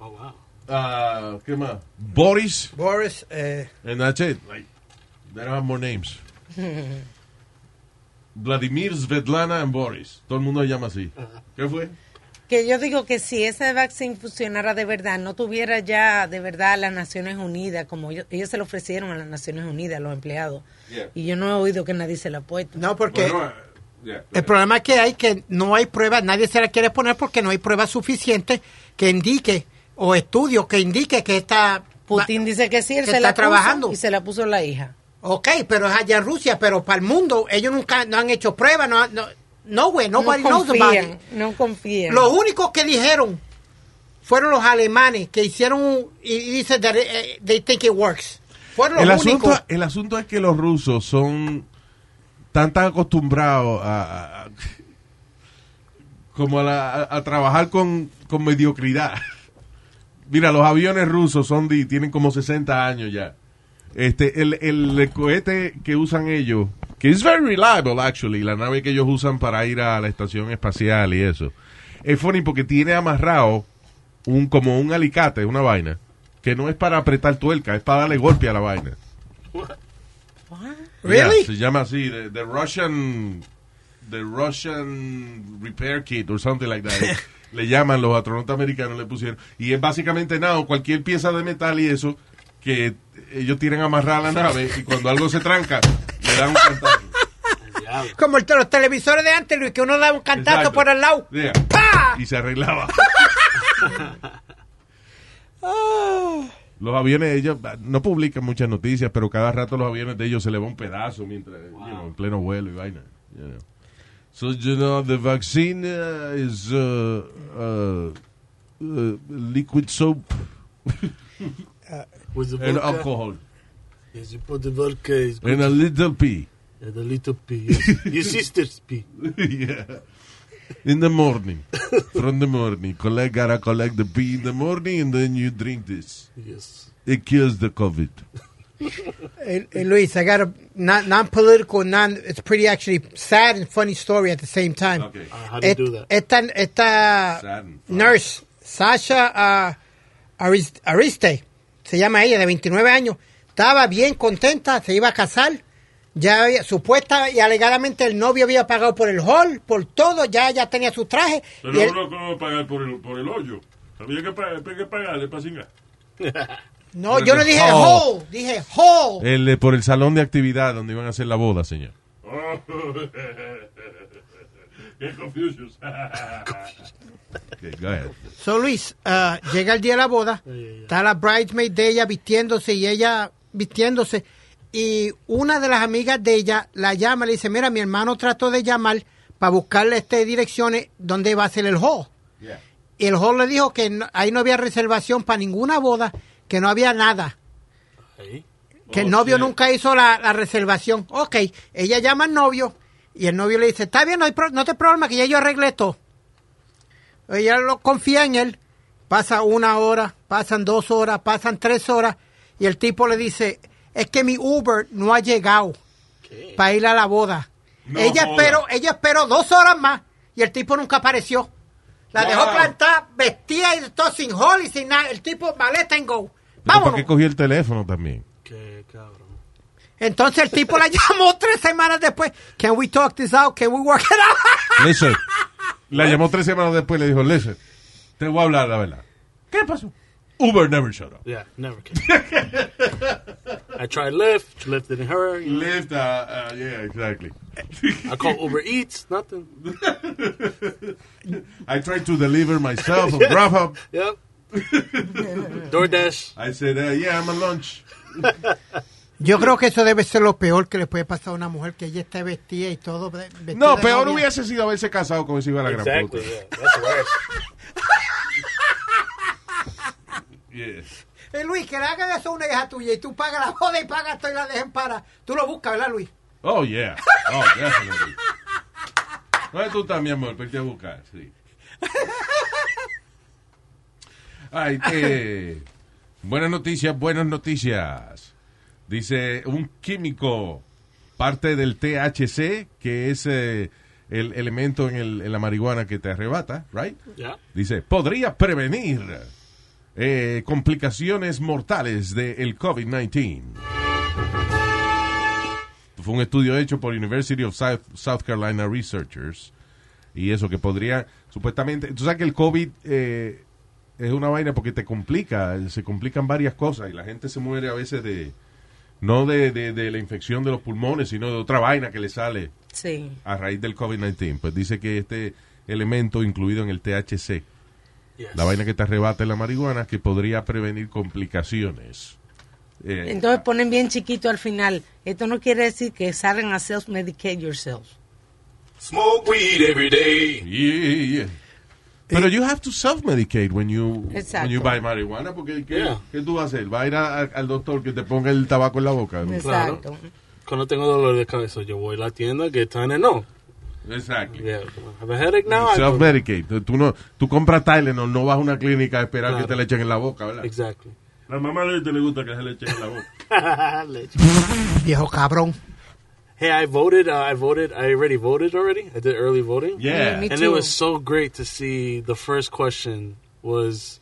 S6: Oh wow.
S3: ah, ¿qué más? Boris,
S5: Boris, eh,
S3: and that's it. Like, they don't have more names. Vladimir, Svetlana, and Boris. Todo el mundo se llama así. ¿Qué fue?
S4: que yo digo que si ese vaccine funcionara de verdad, no tuviera ya de verdad las Naciones Unidas, como ellos, ellos se lo ofrecieron a las Naciones Unidas, a los empleados.
S3: Yeah.
S4: Y yo no he oído que nadie se lo ha puesto.
S5: no, porque
S3: Bueno, ah, yeah.
S1: eh.
S5: el problema que hay que no hay pruebas, nadie se la quiere poner porque no hay pruebas suficientes que indique o estudios que indique que está...
S4: Putin dice que sí, él
S5: Que
S4: se
S5: está
S4: la puso
S5: trabajando.
S4: y se la puso la hija.
S5: Ok, pero es allá en Rusia, pero para el mundo ellos nunca no han hecho pruebas, no, no, nowhere, nobody
S4: no
S5: knows about it.
S4: confían, no confían.
S5: Los únicos que dijeron fueron los alemanes que hicieron un- y y dice that, eh, they think it works. Fueron
S3: el
S5: los únicos.
S3: asunto, el asunto es que los rusos son tan tan acostumbrados a, a- a- como a, la- a- a trabajar con, con mediocridad. Mira, los aviones rusos son de- tienen como 60 años ya. Este, el, el cohete que usan ellos, que es very reliable actually, la nave que ellos usan para ir a la estación espacial y eso. Es funny porque tiene amarrado un como un alicate, una vaina, que no es para apretar tuerca, es para darle golpe a la vaina.
S5: Really?
S3: Yeah, se llama así, the, the Russian the Russian repair kit or something like that. le llaman los astronautas americanos le pusieron y es básicamente nada, cualquier pieza de metal y eso que ellos tienen amarrada la nave y cuando algo se tranca le dan un cantazo.
S5: Como el- los televisores de antes, Luis, que uno da un cantazo
S3: Exacto.
S5: por el lado.
S3: Yeah.
S5: ¡Pah!
S3: Y se arreglaba.
S5: Oh.
S3: Los aviones de ellos ah, no publican muchas noticias, pero cada rato los aviones de ellos se le va un pedazo mientras you know, en pleno vuelo y vaina. you know. So you know the vaccine uh, is uh, uh, uh, liquid soap
S6: With the
S3: and
S6: vodka,
S3: alcohol
S6: Yes, you put the vodka. It's good.
S3: and a little pee
S6: And a little pee. Yes. Your sister's pee.
S3: Yeah. in the morning. From the morning, collect gotta collect the pee in the morning and then you drink this.
S6: Yes.
S3: It kills the COVID.
S5: Hey, hey, Eh, Luis, I got a non- non-political, non. It's pretty actually sad and funny story at the same time.
S3: Okay.
S6: Uh, how do you
S5: Et-
S6: do that?
S5: Esta, esta
S3: Sad and funny.
S5: nurse, Sasha ah, Aris- Ariste, se llama ella, de 29 años, estaba bien contenta, se iba a casar. Ya había- supuesta y alegadamente el novio había pagado por el hall, por todo, ya ya tenía su traje. y
S1: Pero
S5: él-
S1: uno cómo va a pagar por el, por el hoyo. Había que, pa- había que pagarle para cingar.
S5: no, yo no dije
S3: Hall.
S5: hall, dije hall.
S3: El, eh, por el salón de actividad donde iban a hacer la boda, señor.
S1: Oh, qué confusion.
S3: Okay, go ahead.
S5: So Luis, ah, llega el día de la boda, está la bridesmaid de ella vistiéndose y ella vistiéndose y una de las amigas de ella la llama y le dice, mira, mi hermano trató de llamar para buscarle este direcciones donde va a ser el hall. Y el hall le dijo que no- ahí no había reservación para ninguna boda, que no había nada. que
S13: Oh,
S5: el novio nunca hizo la, la reservación. Ok, ella llama al novio y el novio le dice, está bien, no, hay pro- no te problema, que ya yo arreglé todo. Ella lo confía en él. Pasa una hora, pasan dos horas, pasan tres horas y el tipo le dice, es que mi Uber no ha llegado para ir a la boda.
S13: No
S5: ella,
S13: joda.
S5: esperó, ella esperó dos horas más y el tipo nunca apareció. La dejó
S13: Wow.
S5: plantada, vestida y todo sin hall y sin nada. El tipo maleta en go.
S3: ¿Para
S5: Vámonos.
S3: qué cogió el teléfono también?
S5: Entonces el tipo la llamó tres semanas después. Can we talk this out? Can we work it out?
S3: Listen. La llamó tres semanas después y le dijo, listen, te voy a hablar la verdad. ¿Qué pasó? Uber never showed up.
S6: Yeah, never came. I tried Lyft. Lyft didn't hurry.
S3: Lyft, uh, uh, yeah, exactly.
S6: I called Uber Eats. Nothing.
S3: I tried to deliver myself on Grubhub.
S6: Yep. DoorDash.
S3: I said, uh, yeah, I'm on lunch.
S5: Yo creo que eso debe ser lo peor que le puede pasar a una mujer que ella esté vestida y todo. de- vestida
S3: No,
S5: de
S3: peor
S5: novia.
S3: hubiese sido haberse casado con ese hijo de la gran puta.
S6: Exactly. Yeah, that's worse.
S3: Yes.
S5: Eh, Luis, que le hagan eso a una hija tuya y tú pagas la boda y pagas todo y la dejen para. Tú lo buscas, ¿verdad, Luis?
S3: Oh, yeah. Oh, definitely. No, tú también, amor, vete a buscar, sí. Ay, eh, buenas noticias, buenas noticias. Dice un químico, parte del THC, que es eh, el elemento en, el- en la marihuana que te arrebata, right?
S6: Yeah.
S3: Dice, podría prevenir eh, complicaciones mortales del COVID-19. Fue un estudio hecho por University of South, South Carolina Researchers. Y eso que podría, supuestamente, tú sabes que el COVID eh, es una vaina porque te complica, se complican varias cosas y la gente se muere a veces de, no de, de- de la infección de los pulmones, sino de otra vaina que le sale
S4: Sí.
S3: a raíz del COVID-19. Pues dice que este elemento incluido en el THC, la vaina que te arrebata en la marihuana, que podría prevenir complicaciones. Eh,
S4: Entonces ponen bien chiquito al final. Esto no quiere decir que salgan a self-medicate yourself.
S2: Smoke weed every day.
S3: Yeah, yeah, yeah. eh.
S1: Eh,
S3: Pero you have to self-medicate when you,
S4: Exacto.
S3: when you buy marihuana, porque ¿qué, qué tú vas a hacer? ¿Va a ir a- a- al doctor que te ponga el tabaco en la boca?
S6: Mm, Claro. Cuando tengo dolor de cabeza, yo voy a la tienda que está en el no.
S3: Exactly.
S6: Yeah. I have a headache now. I go-
S3: Self-medicate. Tú, no, tú compras Tylenol, no vas a una clínica a esperar
S6: Claro.
S3: que te le echen en la boca, ¿verdad?
S6: Exactly.
S1: La mamá de él te le gusta que se le eche en la boca.
S6: Leche.
S5: Viejo cabrón.
S6: Hey, I voted. Uh, I voted. I already voted already. I did early voting.
S3: Yeah. Yeah, me
S6: and
S3: too.
S6: it was so great to see. The first question was,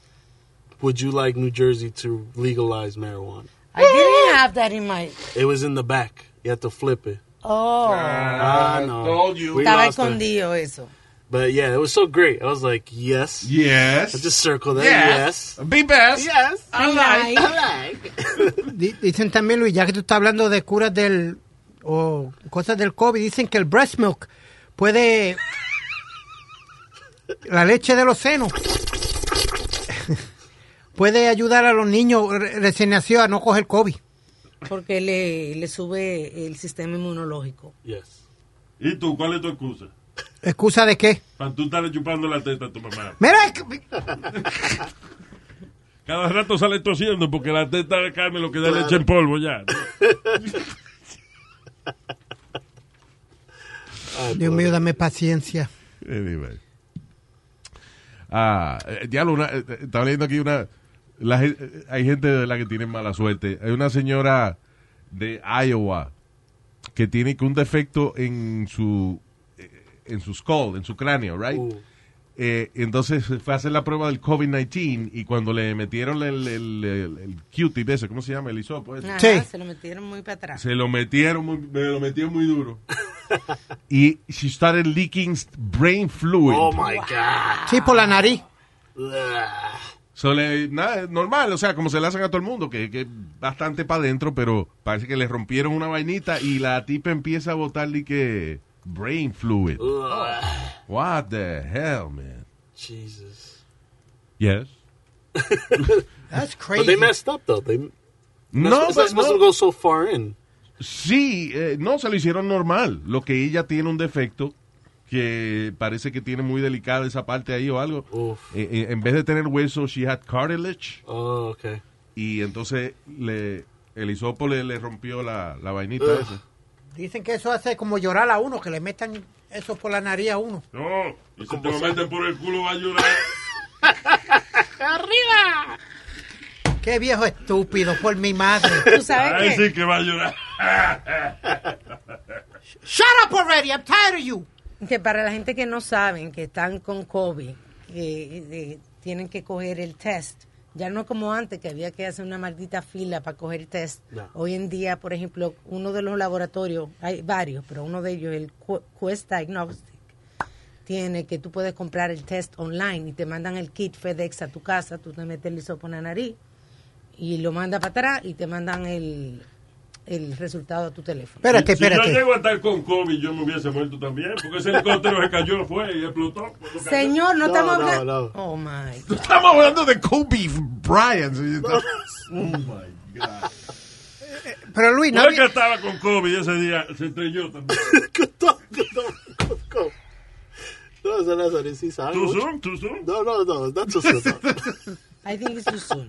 S6: "Would you like New Jersey to legalize marijuana?"
S4: I didn't have that in my...
S6: It was in the back. You had to flip it.
S4: Oh.
S6: Ah, I no. told you. We
S4: Estaba
S6: lost it.
S4: escondido eso.
S6: But yeah, it was so great. I was like, "Yes,
S3: yes."
S6: I just circled that.
S5: Yes.
S6: Yes,
S3: be best.
S6: Yes,
S5: I like. Di- Dicen también, Luis, ya que tú estás hablando de curas del. o cosas del COVID, dicen que el breast milk puede. la leche de los senos. puede ayudar a los niños re- recién nacidos a no coger COVID.
S4: Porque le, le sube el sistema inmunológico.
S6: Yes.
S1: ¿Y tú? ¿Cuál es tu excusa?
S5: ¿Excusa de qué?
S1: Para tú estarle chupando la teta a tu mamá.
S5: Mira, es que-
S1: Cada rato sale tosiendo porque la teta de carne lo que da leche en polvo ya.
S5: Dios mío, dame paciencia.
S3: Anyway. Ah, eh, diablo, una, eh, eh, estaba leyendo aquí una. la gen- eh, hay gente de la que tiene mala suerte. Hay una señora de Iowa que tiene que un defecto en su eh, en su skull, en su cráneo, right?
S6: Oh.
S3: Eh, entonces fue a hacer la prueba del COVID-19 y cuando le metieron el, el, el, el Q-tip ese, ¿cómo se llama? El hisopo ese.
S4: Ajá, Se lo metieron muy para atrás.
S3: Se lo metieron muy, me lo metieron muy duro. y she started leaking brain fluid.
S6: Oh my god.
S5: Sí, por la nariz.
S3: So, le- nada, es normal, o sea, como se le hacen a todo el mundo, que, que bastante para adentro, pero parece que le rompieron una vainita y la tipa empieza a botarle que brain fluid. What the hell, man?
S6: Jesus.
S3: Yes.
S5: That's
S6: But they messed up though. They
S3: No,
S6: it's not
S3: but
S6: supposed
S3: no.
S6: to go so far in.
S3: Sí, eh, no, se lo hicieron normal. Lo que ella tiene un defecto que parece que tiene muy delicada esa parte ahí o algo. Eh, eh, en vez de tener hueso, she had cartilage.
S6: Oh, okay.
S3: Y entonces le, El hisopo le, le rompió la, la vainita
S5: Ugh.
S3: esa.
S5: Dicen que eso hace como llorar a uno, que le metan eso por la nariz a uno.
S1: No, y si te lo meten por el culo va a llorar.
S5: ¡Arriba! Qué viejo estúpido, por mi madre. ¿Tú
S1: Ahí sí que va a llorar.
S5: Shut up already, I'm tired of you.
S4: Que para la gente que no saben que están con COVID, que eh, tienen que coger el test. Ya no como antes, que había que hacer una maldita fila para coger el test.
S6: Ya.
S4: Hoy en día, por ejemplo, uno de los laboratorios, hay varios, pero uno de ellos, el Qu- Quest Diagnostic, tiene que tú puedes comprar el test online y te mandan el kit FedEx a tu casa, tú te metes el hisopo en la nariz y lo mandas para atrás y te mandan el, el resultado a tu teléfono.
S1: Si- Si yo llego a estar con COVID, yo me hubiese muerto también, porque ese helicóptero se cayó, fue y explotó. pues, lo cayó.
S4: Señor,
S1: No,
S4: no, estamos
S1: no,
S4: hablando...
S1: no.
S4: Oh, my God.
S3: Estamos hablando de Kobe Bryant.
S1: Oh,
S5: Pero Luis,
S1: no.
S5: no
S1: es que estaba con COVID ese día, se estrelló también.
S6: No, it's not sorry. See, sorry.
S1: Too soon? Too soon?
S6: No, no, no. It's not too soon.
S4: I think it's too soon.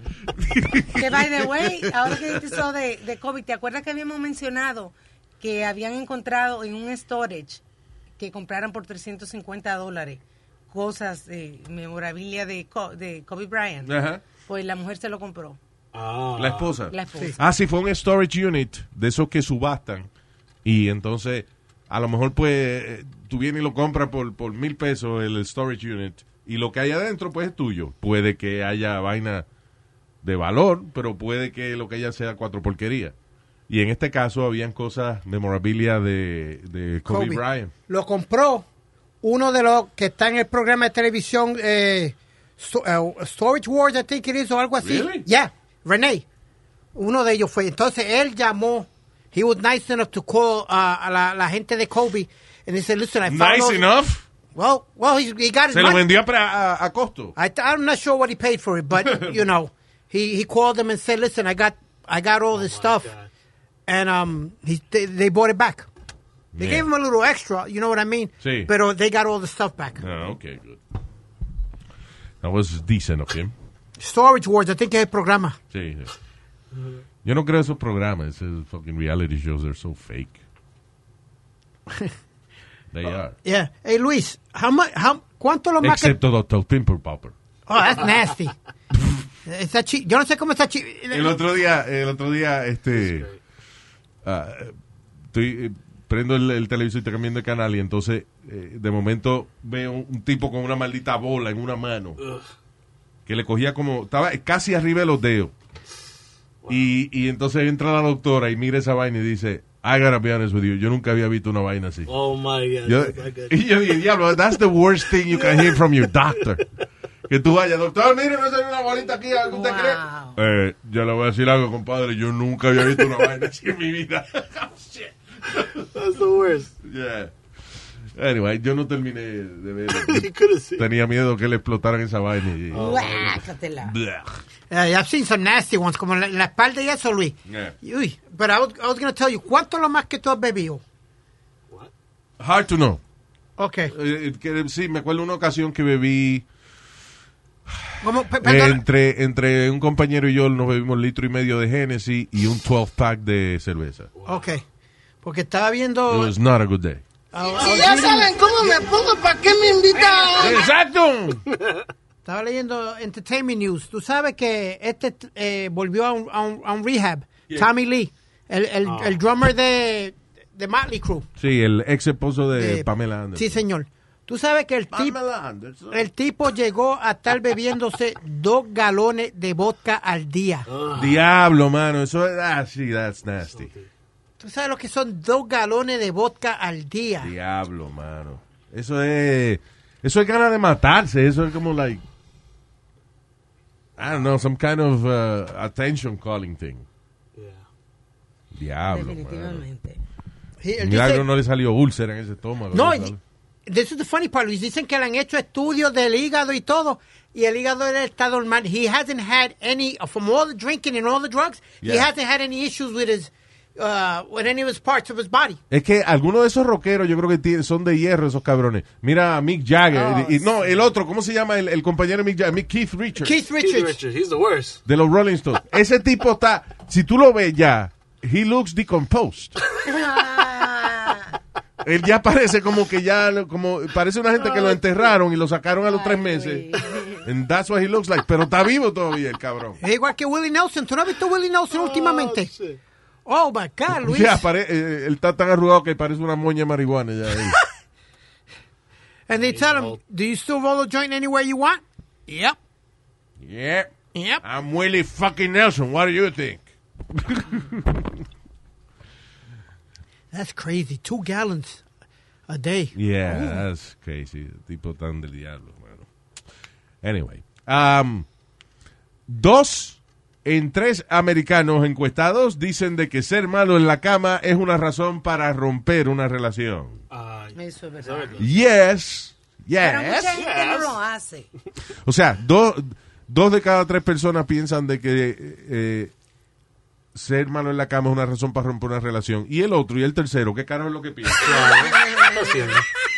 S4: que by the way, ahora que dijiste eso de, de COVID, ¿te acuerdas que habíamos mencionado que habían encontrado en un storage que compraran por 350 dólares cosas, eh, memorabilia de, Co- de Kobe Bryant?
S3: Ajá.
S4: Pues la mujer se lo compró.
S3: La esposa.
S4: La esposa. Sí.
S3: Ah, sí, fue un storage unit de esos que subastan. Y entonces, a lo mejor, pues, eh, tú vienes y lo compras por, por mil pesos el storage unit. Y lo que hay adentro, pues, es tuyo. Puede que haya vaina de valor, pero puede que lo que haya sea cuatro porquerías. Y en este caso, habían cosas, memorabilia de, de Kobe,
S5: Kobe.
S3: Bryant.
S5: Lo compró uno de los que está en el programa de televisión eh, Sto- eh, Storage Wars, I think it is, o algo así.
S3: Really?
S5: Yeah, Renee. Uno de ellos fue. Entonces él llamó. He was nice enough to call uh, a la, la gente de Kobe. And he said, listen, I found
S3: Nice
S5: those-
S3: enough.
S5: Well, well, he, he got his
S3: Se lo
S5: money.
S3: vendió a, pre- a- a costo.
S4: Ah.
S5: I th- I'm not sure what he paid for it, but you know, he, he called them and said, "Listen, I got I got all this
S6: Oh
S5: stuff," and um, he they, they bought it back. They
S3: Yeah.
S5: gave him a little extra, you know what I mean?
S3: Sí.
S5: But they got all the stuff back.
S3: Ah, okay, good. That was decent of him.
S5: Storage Wars, I think es el programa.
S3: Sí, sí. Yo no creo esos programas, esos fucking reality shows, they're so fake. They are.
S5: Yeah. Hey Luis, how much? How cuánto lo Oh. más que?
S3: Excepto Dr. Pimple Popper.
S5: Oh, that's nasty. está chi- Yo no sé cómo está chi.
S3: El otro día, el otro día, este, ah, estoy, eh, prendo el, el televisor y te cambiando de canal y entonces, eh, de momento, veo un, un tipo con una maldita bola en una mano que le cogía como, estaba casi arriba de los dedos. Y, y entonces entra la doctora y mira esa vaina y dice, I gotta be honest with you, yo nunca había visto una vaina así.
S6: Oh my god.
S3: Yo,
S6: that's not good.
S3: y yo dije, diablo, that's the worst thing you can hear from your doctor. Que tú vayas, doctor, mire, me salió una bolita aquí, ¿algo usted cree? Eh, ya le voy a decir algo, compadre, yo nunca había visto una vaina así en mi vida. Oh,
S6: That's the worst.
S3: Yeah. Anyway, yo no terminé de ver.
S6: You could've seen.
S3: Tenía miedo que le explotaran esa vaina. y-
S4: Oh. Guácatela.
S3: Blech.
S5: Yeah, I've seen some nasty ones, como la, la espalda y eso, Luis.
S3: Yeah.
S5: Uy, but I was, I was going to tell you, ¿cuánto lo más que tú has bebido?
S3: Hard to know.
S5: Okay.
S3: Eh, que- sí, me acuerdo una ocasión que bebí...
S5: Como, pe-
S3: Eh,
S5: perdona.
S3: entre, entre un compañero y yo nos bebimos litro y medio de Genesis y un 12 pack de cerveza.
S5: Ok. Porque estaba
S3: It
S5: viendo.
S3: was not a good day.
S13: Si ya saben cómo me pongo, ¿para qué me invitan?
S3: ¡Exacto!
S5: Estaba leyendo Entertainment News. Tú sabes que este eh, volvió a un, a un- a un rehab.
S3: ¿Quién?
S5: Tommy Lee, el, el,
S3: Ah.
S5: el drummer de, de Motley Crue.
S3: Sí, el ex esposo de
S5: Eh,
S3: Pamela Anderson.
S5: Sí, señor. Tú sabes que el, tip- el tipo llegó a estar bebiéndose dos galones de vodka al día.
S3: Ah. Diablo, mano, eso es ah, sí, that's nasty.
S5: ¿Tú sabes lo que son dos galones de vodka al día?
S3: Diablo, mano. Eso es eso es ganas de matarse, eso es como like I don't know, some kind of uh, attention calling thing. Diablo, mano.
S4: Definitivamente.
S5: Sí, él
S3: Milagro
S5: dice-
S3: no le salió úlcera en ese estómago.
S5: No,
S3: ¿sabes?
S5: y- this is the funny part, Luis. Dicen que le han hecho estudios del hígado y todo, y el hígado de él está normal. He hasn't had any, from all the drinking and all the drugs, he
S3: Yeah.
S5: hasn't had any issues with his, uh, with any of his parts of his body.
S3: Es que algunos de esos rockeros yo creo que tienen- son de hierro esos cabrones. Mira a Mick Jagger.
S6: Ah,
S3: y, y- no, el otro, ¿cómo se llama el, el compañero de Mick Jagger? Mick Keith Richards.
S6: Keith Richards. He's the worst.
S3: De los Rolling Stones. Ese tipo está si tú lo ves ya, he looks decomposed. Él ya parece como que ya, lo- como parece una gente que lo enterraron y lo sacaron a los tres meses. And that's what he looks like. Pero está vivo todavía el cabrón.
S5: Es igual que Willie Nelson. ¿Tú no has visto Willie Nelson últimamente? Oh, my God, Luis.
S3: Ya, pare- eh, él está tan arrugado que parece una moña de marihuana ya. ahí.
S5: And they tell him, do you still roll a joint anywhere you want? Yep.
S3: Yeah. I'm Willie fucking Nelson. What do you think?
S5: That's crazy. Two gallons a day.
S3: Yeah,
S5: Ooh.
S3: that's crazy. Tipo tan del diablo, mano. Anyway. um, dos en tres americanos encuestados dicen de que ser malo en la cama es una razón para romper una relación.
S4: Eso es verdad.
S3: Yes.
S4: Pero mucha
S3: Yes.
S4: gente no lo hace.
S3: O sea, dos, dos de cada tres personas piensan de que eh, ser malo en la cama es una razón para romper una relación. Y el otro y el tercero, ¿qué caro es lo que piensa?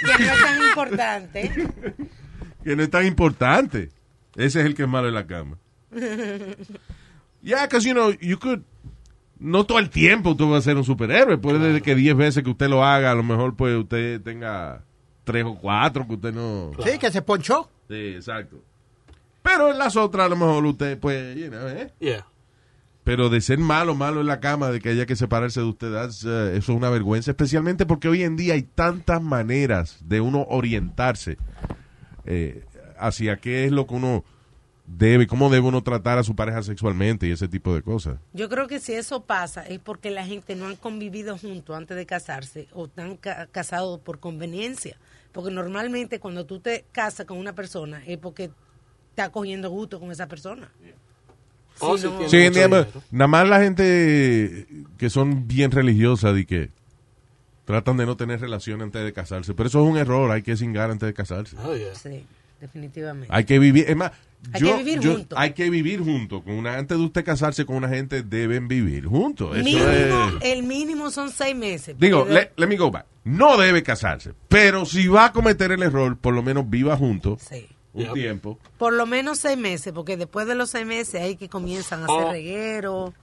S4: Que no es tan importante.
S3: que no es tan importante. Ese es el que es malo en la cama. Yeah, because you know, you could. No todo el tiempo tú vas a ser un superhéroe. Puede que 10 veces que usted lo haga, a lo mejor pues usted tenga tres o cuatro que usted no.
S5: Sí, que se ponchó.
S3: Sí, exacto. Pero en las otras a lo mejor usted pues, you know, ¿eh?
S6: Yeah.
S3: Pero de ser malo, malo en la cama, de que haya que separarse de usted, that's, uh, eso es una vergüenza, especialmente porque hoy en día hay tantas maneras de uno orientarse eh, hacia qué es lo que uno debe, cómo debe uno tratar a su pareja sexualmente y ese tipo de cosas.
S4: Yo creo que si eso pasa es porque la gente no han convivido juntos antes de casarse o están ca- casados por conveniencia. Porque normalmente cuando tú te casas con una persona es porque está cogiendo gusto con esa persona.
S6: Oh,
S4: Si
S6: sí,
S4: no-
S6: tiene
S3: Sí,
S6: mucho
S3: nada más-
S6: dinero.
S3: nada más la gente que son bien religiosas y que tratan de no tener relación antes de casarse, pero eso es un error, hay que cingar antes de casarse.
S4: Sí, definitivamente.
S3: Hay que vivir, es más,
S4: Hay
S3: yo-
S4: que vivir
S3: yo-
S4: juntos.
S3: Hay que vivir juntos. Con una, antes de usted casarse con una gente, deben vivir juntos. Eso
S4: Mínimo,
S3: es-
S4: el mínimo son seis meses.
S3: Digo,
S4: Porque
S3: le- let me go back. No debe casarse, pero si va a cometer el error, por lo menos viva juntos
S4: Sí.
S3: un tiempo.
S4: Por lo menos seis meses, porque después de los seis meses ahí que comienzan a hacer reguero.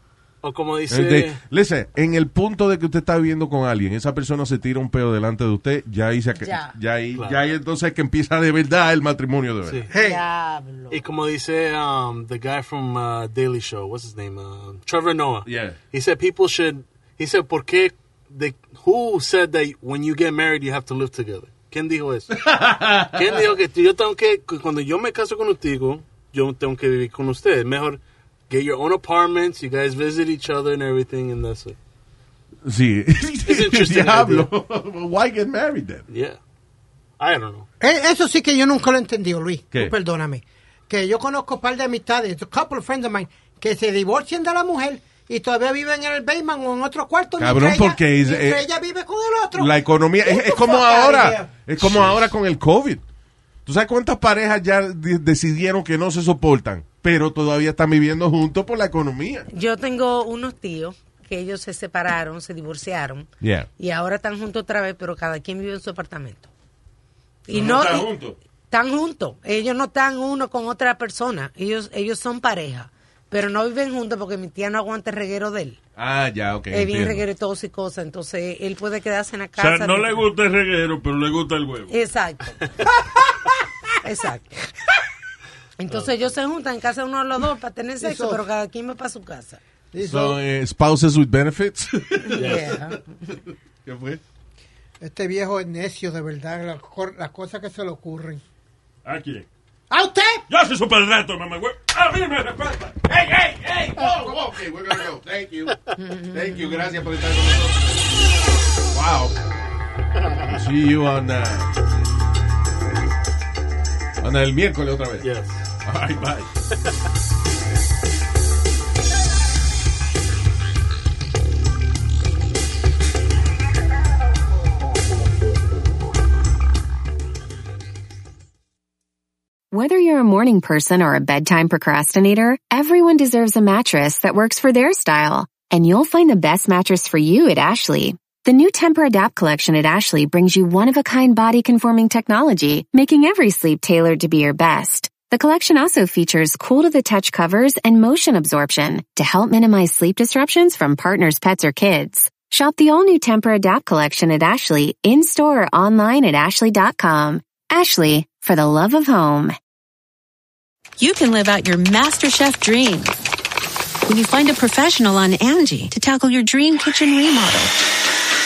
S6: O como
S3: Eh, De-
S6: dice,
S3: listen, en el punto de que usted está viviendo con alguien, esa persona se tira un peo delante de usted, ya ahí, se,
S6: Ya.
S3: ya. ahí,
S6: Claro.
S3: ya ahí entonces que empieza de verdad el matrimonio de verdad.
S6: sí. y como dice um, the guy from uh, Daily Show, what's his name? Uh, Trevor Noah.
S3: Yeah.
S6: He said people should. He said, ¿por qué? They, who said that when you get married you have to live together? ¿Quién dijo eso? ¿Quién dijo que yo tengo que que cuando yo me caso con contigo yo tengo que vivir con usted? Mejor get your own apartments. You guys visit each other and everything, and that's it.
S3: Sí.
S6: It's an interesting.
S3: Diablo.
S6: idea.
S3: Why get married then?
S6: Yeah. I don't know.
S5: Eh, Eso sí que yo nunca lo he entendido, Luis.
S6: ¿Qué?
S5: Tú perdóname. Que yo conozco un par de amistades, a couple of friends of mine, que se divorcian de la mujer y todavía viven en el basement o en otro cuarto.
S3: Cabrón,
S5: mientras ella-
S3: porque es-
S5: mientras
S3: eh,
S5: ella vive con el otro.
S3: La economía es,
S5: Get
S3: es
S5: the
S3: como
S5: fuck out of
S3: ahora, Eh,
S5: here.
S3: es como ahora con el COVID. ¿Tú sabes cuántas parejas ya de- decidieron que no se soportan, pero todavía están viviendo juntos por la economía?
S4: Yo tengo unos tíos que ellos se separaron, se divorciaron
S3: Yeah.
S4: y ahora están juntos otra vez, pero cada quien vive en su apartamento. Y
S1: No, no
S4: no,
S1: están
S4: y-
S1: juntos.
S4: están juntos. Ellos no están uno con otra persona. Ellos ellos son pareja, pero no viven juntos porque mi tía no aguanta el reguero de él.
S3: Ah, ya, ok.
S4: es bien
S3: entiendo.
S4: reguero y todo y cosas, entonces él puede quedarse en la
S1: O sea,
S4: casa.
S1: no
S4: de-
S1: le gusta el reguero, pero le gusta el huevo.
S4: Exacto. Exacto. Entonces ellos se juntan en casa uno de los dos para tener sexo,
S5: Eso-
S4: pero cada quien va para su casa.
S3: So, eh, spouses with benefits.
S4: Yeah.
S3: ¿Qué fue?
S5: Este viejo es necio, de verdad, las, cor- las cosas que se le ocurren.
S1: ¿A quién?
S5: ¡A usted!
S1: Yo soy super rato, mamá güey. A mí me respeta.
S3: Hey, hey, hey. Oh, okay, we're gonna go. Thank you. Thank you. Gracias por estar con nosotros. Wow. See you on, uh, on el miércoles otra vez.
S6: Yes.
S3: All right, bye.
S10: Whether you're a morning person or a bedtime procrastinator, everyone deserves a mattress that works for their style. And you'll find the best mattress for you at Ashley. The new Temper Adapt collection at Ashley brings you one of a kind body conforming technology, making every sleep tailored to be your best. The collection also features cool to the touch covers and motion absorption to help minimize sleep disruptions from partners, pets, or kids. Shop the all new Temper Adapt collection at Ashley in store or online at ashley.com. Ashley, for the love of home.
S11: You can live out your MasterChef dream when you find a professional on Angie to tackle your dream kitchen remodel.